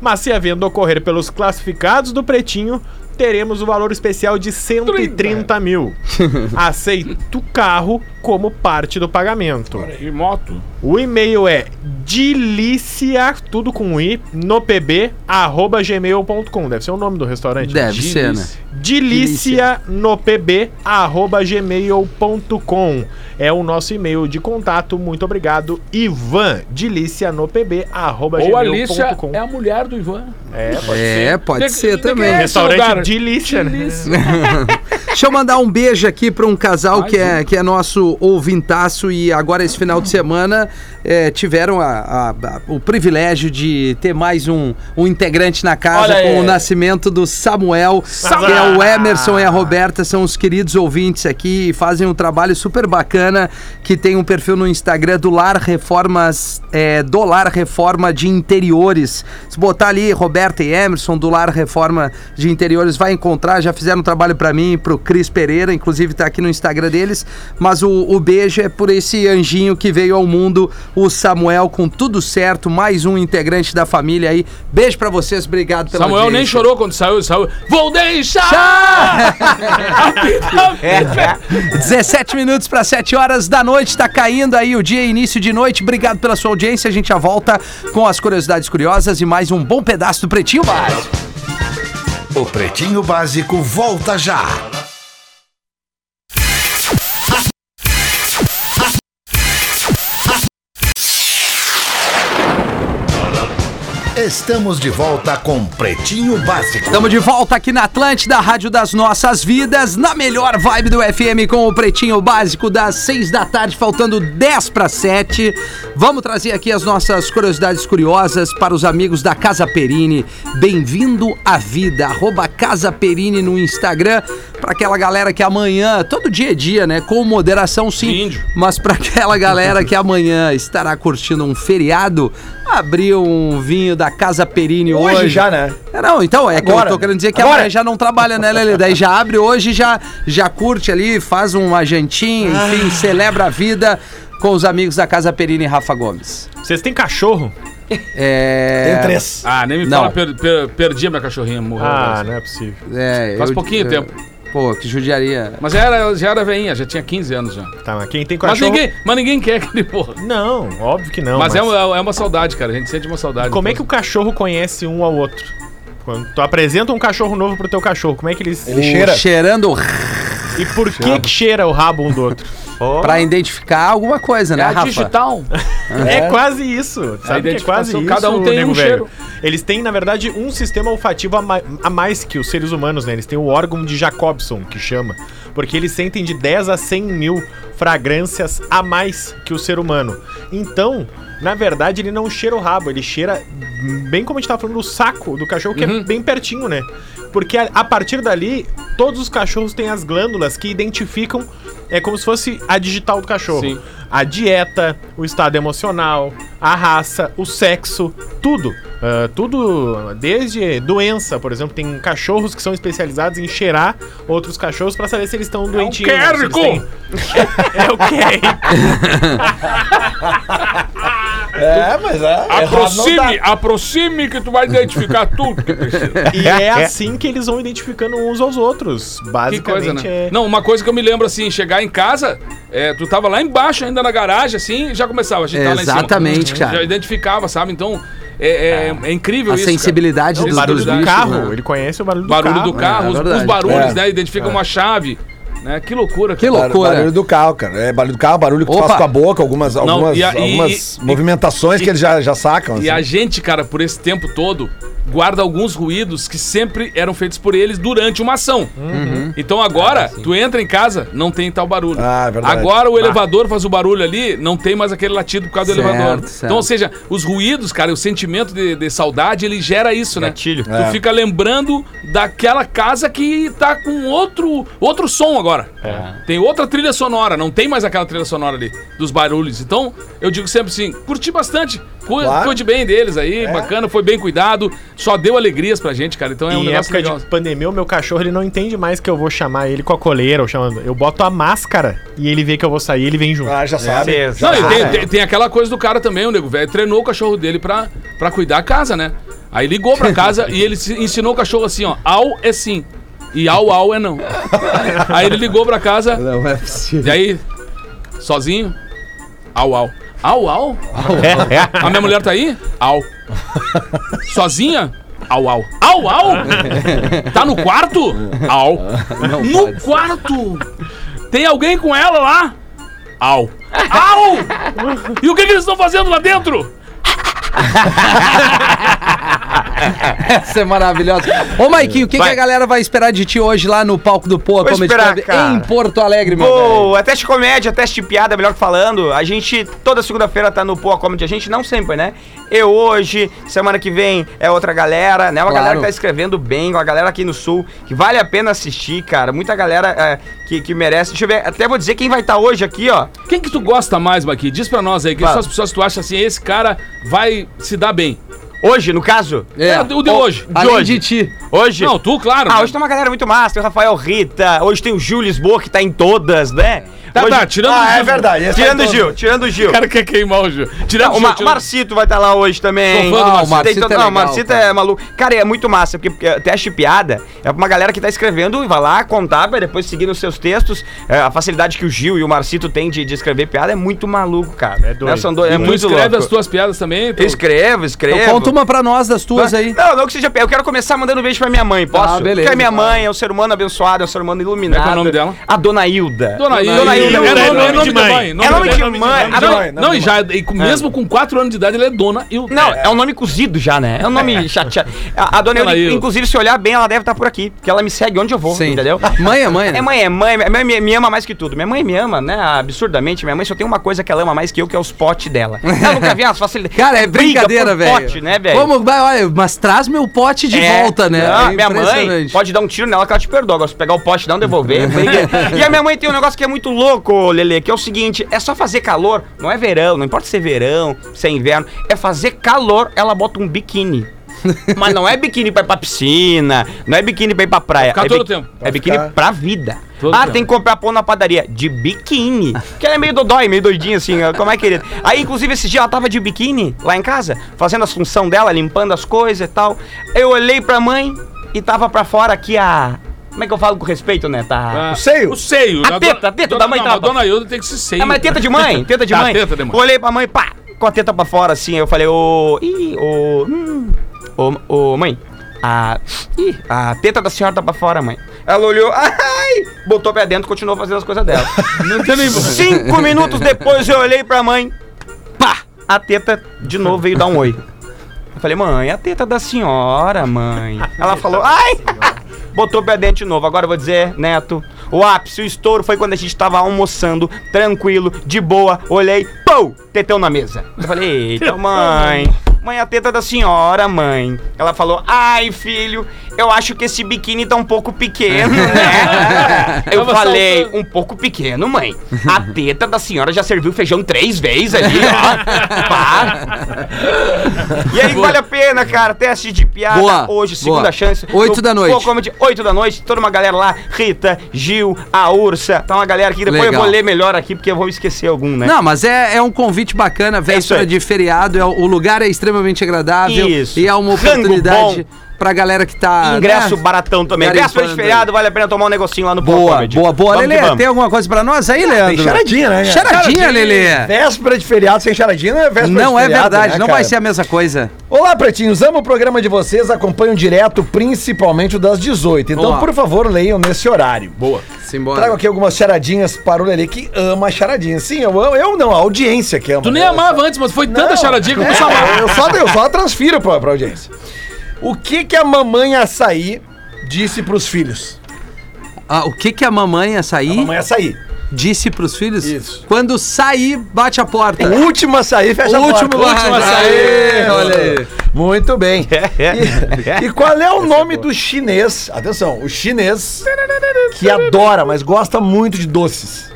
Speaker 5: Mas se a venda ocorrer pelos classificados do Pretinho, teremos o valor especial de
Speaker 3: [laughs]
Speaker 5: 130 mil. Aceito o carro como parte do pagamento.
Speaker 6: E moto.
Speaker 5: O e-mail é dilicia, tudo com um i, no pb, arroba gmail.com. Deve ser o nome do restaurante.
Speaker 3: Deve ser, né?
Speaker 5: Dilícia no pb, arroba gmail.com. É o nosso e-mail de contato. Muito obrigado, Ivan. Dilícia no pb, arroba
Speaker 6: Ou a Alicia
Speaker 5: gmail.com.
Speaker 6: é a mulher do Ivan.
Speaker 5: É, pode
Speaker 3: É, pode
Speaker 6: Tem-
Speaker 3: ser
Speaker 6: tem que-
Speaker 3: também.
Speaker 6: é. lugar.
Speaker 5: Restaurante Dilícia, né?
Speaker 3: Deixa eu mandar um beijo aqui para um casal que é, que é nosso ouvintaço e agora esse final de semana é, tiveram a- a- a- o privilégio de ter mais um, um integrante na casa
Speaker 7: Olha aí.
Speaker 3: com o nascimento do Samuel, que é o Emerson e a Roberta, são os queridos ouvintes aqui e fazem um trabalho super bacana que tem um perfil no Instagram do Lar Reformas, é, do Lar Reforma de Interiores. Se botar ali Roberta e Emerson do Lar Reforma de Interiores, vai encontrar, já fizeram um trabalho pra mim, pro Cris Pereira, inclusive tá aqui no Instagram deles, mas o, o beijo é por esse anjinho que veio ao mundo, o Samuel, com tudo certo, mais um integrante da família aí. Beijo pra vocês, obrigado pela
Speaker 6: Samuel nem
Speaker 3: audiência.
Speaker 6: chorou quando saiu, saiu. Vou deixar! A vida-
Speaker 3: 17 minutos para 7 horas da noite, tá caindo aí o dia, início de noite. Obrigado pela sua audiência. A gente já volta com as curiosidades curiosas e mais um bom pedaço do Pretinho Básico.
Speaker 8: O Pretinho Básico volta já. Estamos de volta com Pretinho Básico.
Speaker 3: Estamos de volta aqui na Atlântida, Rádio das Nossas Vidas, na melhor vibe do FM com o Pretinho Básico das 6 da tarde, faltando 10 para 7. Vamos trazer aqui as nossas curiosidades curiosas para os amigos da Casa Perini. Bem-vindo à vida, arroba Casa Perini no Instagram, para aquela galera que amanhã, todo dia é dia, né? Com moderação sim,
Speaker 6: Índio.
Speaker 3: mas para aquela galera que amanhã estará curtindo um feriado, abrir um vinho da Casa Perini hoje.
Speaker 4: Hoje já, né?
Speaker 3: É, Não, então, é que
Speaker 4: Agora.
Speaker 3: eu tô querendo dizer que
Speaker 4: Agora.
Speaker 3: amanhã já não trabalha, né, Lelê? Daí já abre hoje, já, já curte ali, faz uma jantinha,
Speaker 6: Ah.
Speaker 3: enfim, celebra a vida com os amigos da Casa Perini e Rafa Gomes.
Speaker 5: Vocês têm cachorro?
Speaker 3: É...
Speaker 4: Tem três.
Speaker 6: [laughs] Ah, nem me
Speaker 3: Não.
Speaker 6: fala, per- per- perdi a minha cachorrinha, morreu.
Speaker 5: Ah, não é possível.
Speaker 3: é,
Speaker 6: Faz
Speaker 3: eu-
Speaker 6: pouquinho
Speaker 3: eu-
Speaker 6: tempo.
Speaker 3: Pô, que judiaria.
Speaker 6: Mas já era, já era veinha, já tinha 15 anos já.
Speaker 5: Tá, mas quem tem
Speaker 6: Mas
Speaker 5: cachorro.
Speaker 6: ninguém, mas ninguém quer aquele porra.
Speaker 5: Não, óbvio que não.
Speaker 6: mas É, uma, é uma saudade, cara. A gente sente uma saudade.
Speaker 5: Como é que o cachorro conhece um ao outro? Quando tu apresenta um cachorro novo pro teu cachorro, como é que eles.
Speaker 4: Ele
Speaker 3: O
Speaker 4: cheira.
Speaker 3: Cheirando
Speaker 5: E por que que cheira o rabo um do outro?
Speaker 3: pra identificar alguma coisa, né,
Speaker 6: é a
Speaker 3: Rafa?
Speaker 6: digital.
Speaker 5: É, quase isso. Sabe que é
Speaker 6: identificação,
Speaker 5: quase isso,
Speaker 6: cada um tem
Speaker 5: nego
Speaker 6: um
Speaker 5: velho?
Speaker 6: cheiro.
Speaker 5: Eles têm, na verdade, um sistema olfativo a, ma- a mais que os seres humanos, né? Eles têm o órgão de Jacobson, que chama. Porque eles sentem de 10 a 100 mil fragrâncias a mais que o ser humano. Então, na verdade, ele não cheira o rabo. Ele cheira, bem como a gente tava falando, o saco do cachorro, que
Speaker 6: Uhum.
Speaker 5: é bem pertinho, né? Porque a, a partir dali, todos os cachorros têm as glândulas que identificam... É como se fosse a digital do cachorro
Speaker 6: Sim.
Speaker 5: a dieta, o estado emocional, a raça, o sexo, tudo. Ah, tudo, desde doença, por exemplo, tem cachorros que são especializados em cheirar outros cachorros pra saber se eles
Speaker 6: É
Speaker 5: estão doentinhos. né, se eles
Speaker 6: Querco!
Speaker 5: têm-
Speaker 6: [laughs]
Speaker 5: É, é o que
Speaker 4: É, mas é. errado não tá.
Speaker 6: aproxime, aproxime que tu vai identificar tudo que precisa.
Speaker 5: [laughs] E é assim que eles vão identificando uns aos outros.
Speaker 6: Que
Speaker 5: Basicamente
Speaker 6: coisa, né?
Speaker 5: é.
Speaker 6: Não, uma coisa que eu me lembro assim, chegar em casa, é, tu tava lá embaixo ainda na garagem, assim, já começava a gente tava lá em cima.
Speaker 3: Exatamente, cara.
Speaker 6: Já identificava, sabe? Então, é, é- é incrível
Speaker 3: A
Speaker 6: isso. cara. É
Speaker 3: sensibilidade
Speaker 5: Não, o
Speaker 3: dos,
Speaker 5: barulho
Speaker 3: dos
Speaker 5: do
Speaker 3: bichos, [laughs]
Speaker 5: carro,
Speaker 3: né?
Speaker 5: ele conhece o barulho do
Speaker 6: barulho
Speaker 5: carro. né?
Speaker 6: do carro,
Speaker 3: é
Speaker 6: os,
Speaker 3: verdade.
Speaker 6: os barulhos,
Speaker 4: É.
Speaker 6: né? Identifica uma chave, né? Que loucura.
Speaker 3: Que
Speaker 6: cara.
Speaker 4: Bar-
Speaker 3: loucura.
Speaker 4: Barulho do carro, cara. É barulho do carro, barulho que tu
Speaker 3: Opa.
Speaker 4: faz com a boca, algumas, algumas,
Speaker 6: e a- e-
Speaker 4: algumas
Speaker 6: e-
Speaker 4: movimentações
Speaker 6: e-
Speaker 4: que eles já, já sacam.
Speaker 6: E a
Speaker 4: assim.
Speaker 6: gente, cara, por esse tempo todo, guarda alguns ruídos que sempre eram feitos por eles durante uma ação. Então agora, tu entra em casa, não tem tal barulho.
Speaker 4: Uhum. Ah, é verdade.
Speaker 6: Agora o elevador faz o barulho ali, não tem mais aquele latido por causa do
Speaker 3: Certo,
Speaker 6: elevador.
Speaker 3: certo.
Speaker 6: Então, ou seja, os ruídos, cara, o sentimento de, de saudade, ele gera isso, né?
Speaker 7: Gatilho.
Speaker 6: Tu
Speaker 4: É.
Speaker 6: fica lembrando daquela casa que tá com outro, outro som agora.
Speaker 5: É.
Speaker 6: Tem outra trilha sonora, não tem mais aquela trilha sonora ali, dos barulhos. Então, eu digo sempre assim, curti bastante. Cu-
Speaker 4: Claro. É.
Speaker 6: Cuide bem deles aí, bacana, foi bem cuidado. Só deu alegrias pra gente, cara. Então é um
Speaker 5: em
Speaker 6: negócio
Speaker 5: época
Speaker 6: legal.
Speaker 5: de pandemia, o meu cachorro ele não entende mais que eu vou chamar ele com a coleira ou chamando. Eu boto a máscara e ele vê que eu vou sair, ele vem junto.
Speaker 4: Ah, já sabe.
Speaker 7: É,
Speaker 6: Não, e tem,
Speaker 4: Ah,
Speaker 6: tem- tem aquela coisa do cara também, o nego velho treinou o cachorro dele pra, pra cuidar a casa, né? Aí ligou pra casa e ele se- ensinou o cachorro assim, ó, au é sim. E au au é não. Aí ele ligou pra casa,
Speaker 3: Não é possível.
Speaker 6: E aí, sozinho? Au, au. Au, au? A minha mulher tá aí? Au. Sozinha? Au, au. Au, au? Tá no quarto? Au. No quarto? Tem alguém com ela lá? Au. Au! E o que, que eles estão fazendo lá dentro?
Speaker 3: Essa é maravilhosa. Ô, Maiquinho, o que, que a galera vai esperar de ti hoje lá no palco do Poa
Speaker 7: Vou
Speaker 3: Comedy
Speaker 7: esperar,
Speaker 3: Club
Speaker 7: cara.
Speaker 3: em Porto Alegre, meu velho?
Speaker 7: Boa, é teste de comédia, teste de piada, melhor que falando. A gente toda segunda-feira tá no Poa Comedy, a gente não sempre, né? Eu hoje, semana que vem é outra galera, né? Uma
Speaker 3: Claro.
Speaker 7: galera que tá escrevendo bem, uma galera aqui no Sul, que vale a pena assistir, cara. Muita galera é, que, que merece. Deixa eu ver, até vou dizer quem vai estar hoje aqui, ó.
Speaker 6: Quem que tu gosta mais, Maqui? Diz pra nós aí, que
Speaker 7: Fala.
Speaker 6: são as pessoas que tu acha assim, esse cara vai se dar bem.
Speaker 7: Hoje, no caso.
Speaker 6: É, o de hoje.
Speaker 3: Além de,
Speaker 7: hoje.
Speaker 3: ti.
Speaker 7: Hoje.
Speaker 6: Não, tu, claro.
Speaker 7: Ah,
Speaker 6: né?
Speaker 7: hoje tem uma galera muito massa. Tem o Rafael Rita, hoje tem o Gil Lisboa, que tá em todas, né?
Speaker 6: Tá,
Speaker 7: hoje...
Speaker 6: tá, tirando
Speaker 4: Ah,
Speaker 6: o
Speaker 4: é
Speaker 6: Gil.
Speaker 4: verdade. esse
Speaker 7: Tirando
Speaker 4: é
Speaker 7: o
Speaker 4: todo-
Speaker 7: Gil, tirando o Gil.
Speaker 6: O cara quer queimar o Gil. Tirando
Speaker 7: Não, o, Ma- o Marcito vai estar lá hoje também.
Speaker 6: Sou fã do Marcito.
Speaker 7: Tem
Speaker 3: Marcito
Speaker 7: todo-
Speaker 3: é
Speaker 7: não,
Speaker 3: legal,
Speaker 7: o Marcito
Speaker 3: cara.
Speaker 7: é maluco. Cara, é muito massa, porque, porque é, teste de piada é pra uma galera que tá escrevendo e vai lá contar, vai depois seguir nos seus textos. É, a facilidade que o Gil e o Marcito têm de, de escrever piada é muito maluco, cara.
Speaker 5: É doido.
Speaker 7: Né, são dois, é
Speaker 6: tu
Speaker 7: muito
Speaker 6: escreve
Speaker 7: louco.
Speaker 6: as tuas piadas também? tu-
Speaker 7: Escrevo, escrevo.
Speaker 3: Então conta uma pra nós das tuas aí.
Speaker 7: Tá Não, não que seja piada. Eu quero começar mandando um beijo pra minha mãe, posso?
Speaker 3: Tá, beleza,
Speaker 7: Porque a minha
Speaker 3: claro.
Speaker 7: mãe é um ser humano abençoado, é um ser humano iluminado.
Speaker 6: Como é que é o nome dela?
Speaker 7: A Dona Hilda.
Speaker 6: Dona Ilha.
Speaker 7: Dona Hilda.
Speaker 5: Era
Speaker 6: É nome
Speaker 5: nome
Speaker 6: de
Speaker 5: de
Speaker 6: mãe.
Speaker 5: mãe.
Speaker 7: É nome de
Speaker 5: nome de
Speaker 7: mãe.
Speaker 5: mãe.
Speaker 7: Ah, não,
Speaker 4: mãe,
Speaker 6: Não, e já, e com- mesmo com 4 anos de idade, ela é dona e o.
Speaker 7: Não, é. um nome cozido já, né? É um nome chateado. A, a dona
Speaker 6: Ela
Speaker 7: Hilda,
Speaker 6: aí, ó.
Speaker 7: inclusive, se olhar bem, ela deve estar por aqui. Porque ela me segue onde eu vou,
Speaker 3: Sim.
Speaker 7: entendeu?
Speaker 3: Mãe é mãe, né?
Speaker 7: É mãe, é mãe. Minha mãe me- me ama mais que tudo. Minha mãe me ama, né? Absurdamente. Minha mãe só tem uma coisa que ela ama mais que eu, que é os potes dela. Ela nunca vê as facilidades.
Speaker 3: Cara, é
Speaker 7: Briga
Speaker 3: brincadeira,
Speaker 7: por
Speaker 3: velho.
Speaker 7: pote, né, velho?
Speaker 3: Como, vai, olha, mas traz meu pote de
Speaker 7: É.
Speaker 3: volta, né?
Speaker 7: Ah,
Speaker 3: É
Speaker 7: minha mãe
Speaker 3: impressionante.
Speaker 7: pode dar um tiro nela que ela te perdoa. Agora, se pegar o pote e
Speaker 3: [laughs]
Speaker 7: não devolver. briga. e a minha mãe tem um negócio que é muito louco, Lele, que é o seguinte: é só fazer calor, não é verão, não importa se é verão, se é inverno, é fazer calor, ela bota
Speaker 3: [laughs]
Speaker 7: um biquíni. Mas não é biquíni pra ir pra piscina, não é biquíni pra ir pra praia.
Speaker 6: Ficar
Speaker 7: é
Speaker 6: todo
Speaker 7: biqui-
Speaker 6: tempo.
Speaker 7: É biquíni
Speaker 4: ficar-
Speaker 7: pra vida.
Speaker 6: Todo
Speaker 7: ah,
Speaker 6: tempo.
Speaker 7: tem que comprar pão na padaria. De biquíni. Que ela é meio dodói, meio doidinha assim, ó, como é querido? Aí, inclusive, esse dia ela tava de biquíni lá em casa, fazendo as função dela, limpando as coisas e tal. Eu olhei pra mãe e tava pra fora aqui a. Como é que eu falo com respeito, né? Tá.
Speaker 6: Ah,
Speaker 4: o seio.
Speaker 6: O seio.
Speaker 7: A teta, a teta da mãe
Speaker 6: não, a
Speaker 7: tapa.
Speaker 6: dona Ilda tem que ser seio.
Speaker 7: É, mas teta de mãe, teta de
Speaker 6: Tá,
Speaker 7: mãe.
Speaker 6: teta de mãe.
Speaker 7: Olhei pra mãe, pá, com a teta pra fora assim. Eu falei, ô. Ih, ô. Hum, ô, ô, mãe. A, ih, a teta da senhora tá pra fora, mãe. Ela olhou, [laughs] ai, botou pra dentro, continuou fazendo as coisas dela.
Speaker 6: [laughs] Não tem nem.
Speaker 7: Cinco minutos depois eu olhei pra mãe, pá, a teta de novo veio dar um oi. Eu falei, mãe, é a teta da senhora, mãe. Ela falou, ai, botou pra dentro de novo. Agora eu vou dizer, Neto, o ápice, o estouro foi quando a gente tava almoçando, tranquilo, de boa, olhei, pou, tetão na mesa. Eu falei, eita, mãe. Mãe, a teta da senhora, mãe. Ela falou, ai, filho, eu acho que esse biquíni tá um pouco pequeno, né? eu
Speaker 6: Tava
Speaker 7: falei,
Speaker 6: saltando.
Speaker 7: um pouco pequeno, mãe. A teta da senhora já serviu feijão três vezes ali, ó. Pá. E aí vale a pena, cara. Teste de piada
Speaker 3: Boa,
Speaker 7: hoje,
Speaker 3: boa.
Speaker 7: segunda chance.
Speaker 3: Oito
Speaker 7: No
Speaker 3: da noite.
Speaker 7: Pô Comedy, Oito da noite. Toda uma galera lá. Rita, Gil, a Ursa. Tá uma galera aqui. Depois
Speaker 3: Legal.
Speaker 7: eu vou ler melhor aqui, porque eu vou esquecer algum, né?
Speaker 3: Não, mas é, é um convite bacana, véspera
Speaker 7: aí.
Speaker 3: de feriado, é, o lugar é extremamente agradável
Speaker 7: Isso.
Speaker 3: e é uma
Speaker 7: Rango
Speaker 3: oportunidade
Speaker 7: bom.
Speaker 3: pra galera que tá...
Speaker 7: Ingresso
Speaker 3: né?
Speaker 7: baratão também.
Speaker 3: Garimpando
Speaker 7: Véspera de feriado, vale a pena tomar um negocinho lá no Pô
Speaker 3: Boa,
Speaker 7: Comedy.
Speaker 3: boa, boa.
Speaker 7: Vamos que
Speaker 3: Lelê,
Speaker 7: vamos. Ah,
Speaker 3: tem alguma coisa pra nós aí,
Speaker 4: Tem
Speaker 3: Leandro?
Speaker 4: charadinha, né? cara?
Speaker 3: Charadinha, Lelê.
Speaker 4: Véspera de feriado sem charadinha não é véspera de
Speaker 3: Não é
Speaker 4: feriado,
Speaker 3: verdade,
Speaker 4: né,
Speaker 3: não vai
Speaker 4: cara?
Speaker 3: ser a mesma coisa.
Speaker 4: Olá, pretinhos. Amo o programa de vocês, acompanho direto, principalmente o das 18. Então,
Speaker 3: Olá.
Speaker 4: por favor, leiam nesse horário. Boa.
Speaker 3: Simbora.
Speaker 4: Trago aqui algumas charadinhas para o Lelê que ama charadinhas. Sim, eu amo, eu não, a audiência que ama.
Speaker 6: Tu nem
Speaker 4: né?
Speaker 6: amava antes, mas foi tanta
Speaker 4: Não.
Speaker 6: charadinha que eu só amava.
Speaker 4: É, eu, só, eu só transfiro pra, pra audiência. O que que a mamãe açaí disse pros filhos?
Speaker 3: Ah, o que que a mamãe açaí
Speaker 4: Mamãe açaí.
Speaker 3: disse pros filhos?
Speaker 4: Isso.
Speaker 3: Quando sair, bate a porta.
Speaker 4: O último açaí fecha
Speaker 3: O
Speaker 4: a porta.
Speaker 3: último último açaí, olha aí.
Speaker 4: Muito bem.
Speaker 7: É, é.
Speaker 3: [laughs]
Speaker 4: E, e qual é o nome do chinês? Atenção, o chinês que adora, mas gosta muito de doces.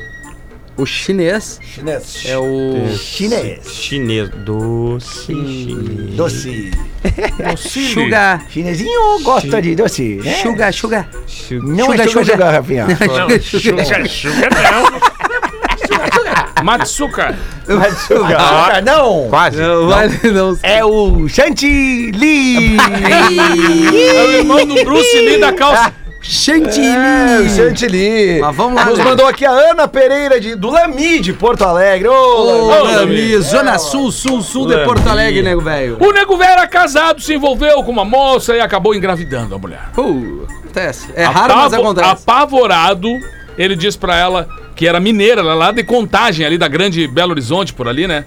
Speaker 3: O chinês
Speaker 4: Chinês.
Speaker 3: é o...
Speaker 4: Chinês.
Speaker 7: Chinês doce. Chinês.
Speaker 4: Doce.
Speaker 3: Sugar,
Speaker 4: Chinesinho gosta de doce. né?
Speaker 3: sugar, sugar.
Speaker 4: Não é
Speaker 3: É. Sugar,
Speaker 4: sugar,
Speaker 3: sugar.
Speaker 4: sugar, Rafinha.
Speaker 3: Sugar, sugar.
Speaker 6: Matsuka.
Speaker 4: Ah, não.
Speaker 7: Quase.
Speaker 3: Não vale não.
Speaker 4: É o chantilly.
Speaker 6: É o irmão do Bruce Lee da calça.
Speaker 4: É, o
Speaker 3: Chantilly.
Speaker 4: chantilly.
Speaker 3: Mas vamos lá,
Speaker 4: Nos
Speaker 3: né?
Speaker 4: mandou aqui a Ana Pereira de, do Lami de Porto Alegre. Ô,
Speaker 3: Ô,
Speaker 4: Lami.
Speaker 3: Lami, Zona Sul, Sul, Sul de Porto Alegre, nego velho.
Speaker 6: O nego velho era casado, se envolveu com uma moça e acabou engravidando a mulher.
Speaker 3: Uh, acontece. É raro, mas
Speaker 6: Apavo-
Speaker 3: acontece.
Speaker 6: Apavorado, ele disse pra ela que era mineira, ela é lá de contagem ali da grande Belo Horizonte, por ali, né?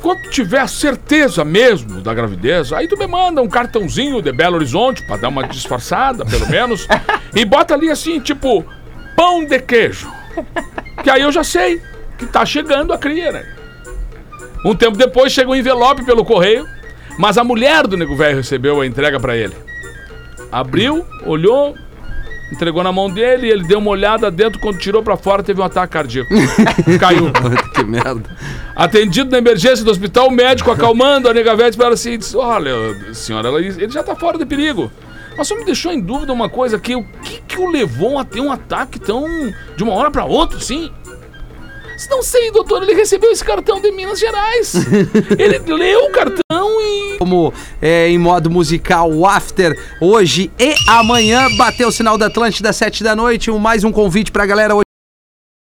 Speaker 6: Quando tiver certeza mesmo da gravidez, aí tu me manda um cartãozinho de Belo Horizonte pra dar uma disfarçada,
Speaker 3: [laughs]
Speaker 6: pelo menos, e bota ali assim, tipo, pão de queijo. Que aí eu já sei que tá chegando a cria, né? Um tempo depois chega um envelope pelo correio, mas a mulher do nego velho recebeu a entrega pra ele. Abriu, olhou, entregou na mão dele, ele deu uma olhada dentro, quando tirou pra fora teve um ataque cardíaco. Caiu.
Speaker 3: que merda.
Speaker 6: Atendido na emergência do hospital, o médico acalmando a nega velha para ela assim, disse, olha, senhora, ela- ele já tá fora de perigo. Mas só me deixou em dúvida uma coisa aqui, o que que o levou a ter um ataque tão de uma hora para outra, assim? "Se Não sei, doutor, ele recebeu esse cartão de Minas Gerais. ele leu o cartão e
Speaker 3: Como é, em modo musical, o After, hoje e amanhã, bateu o sinal da Atlântida, sete da noite. Um, mais um convite pra galera hoje.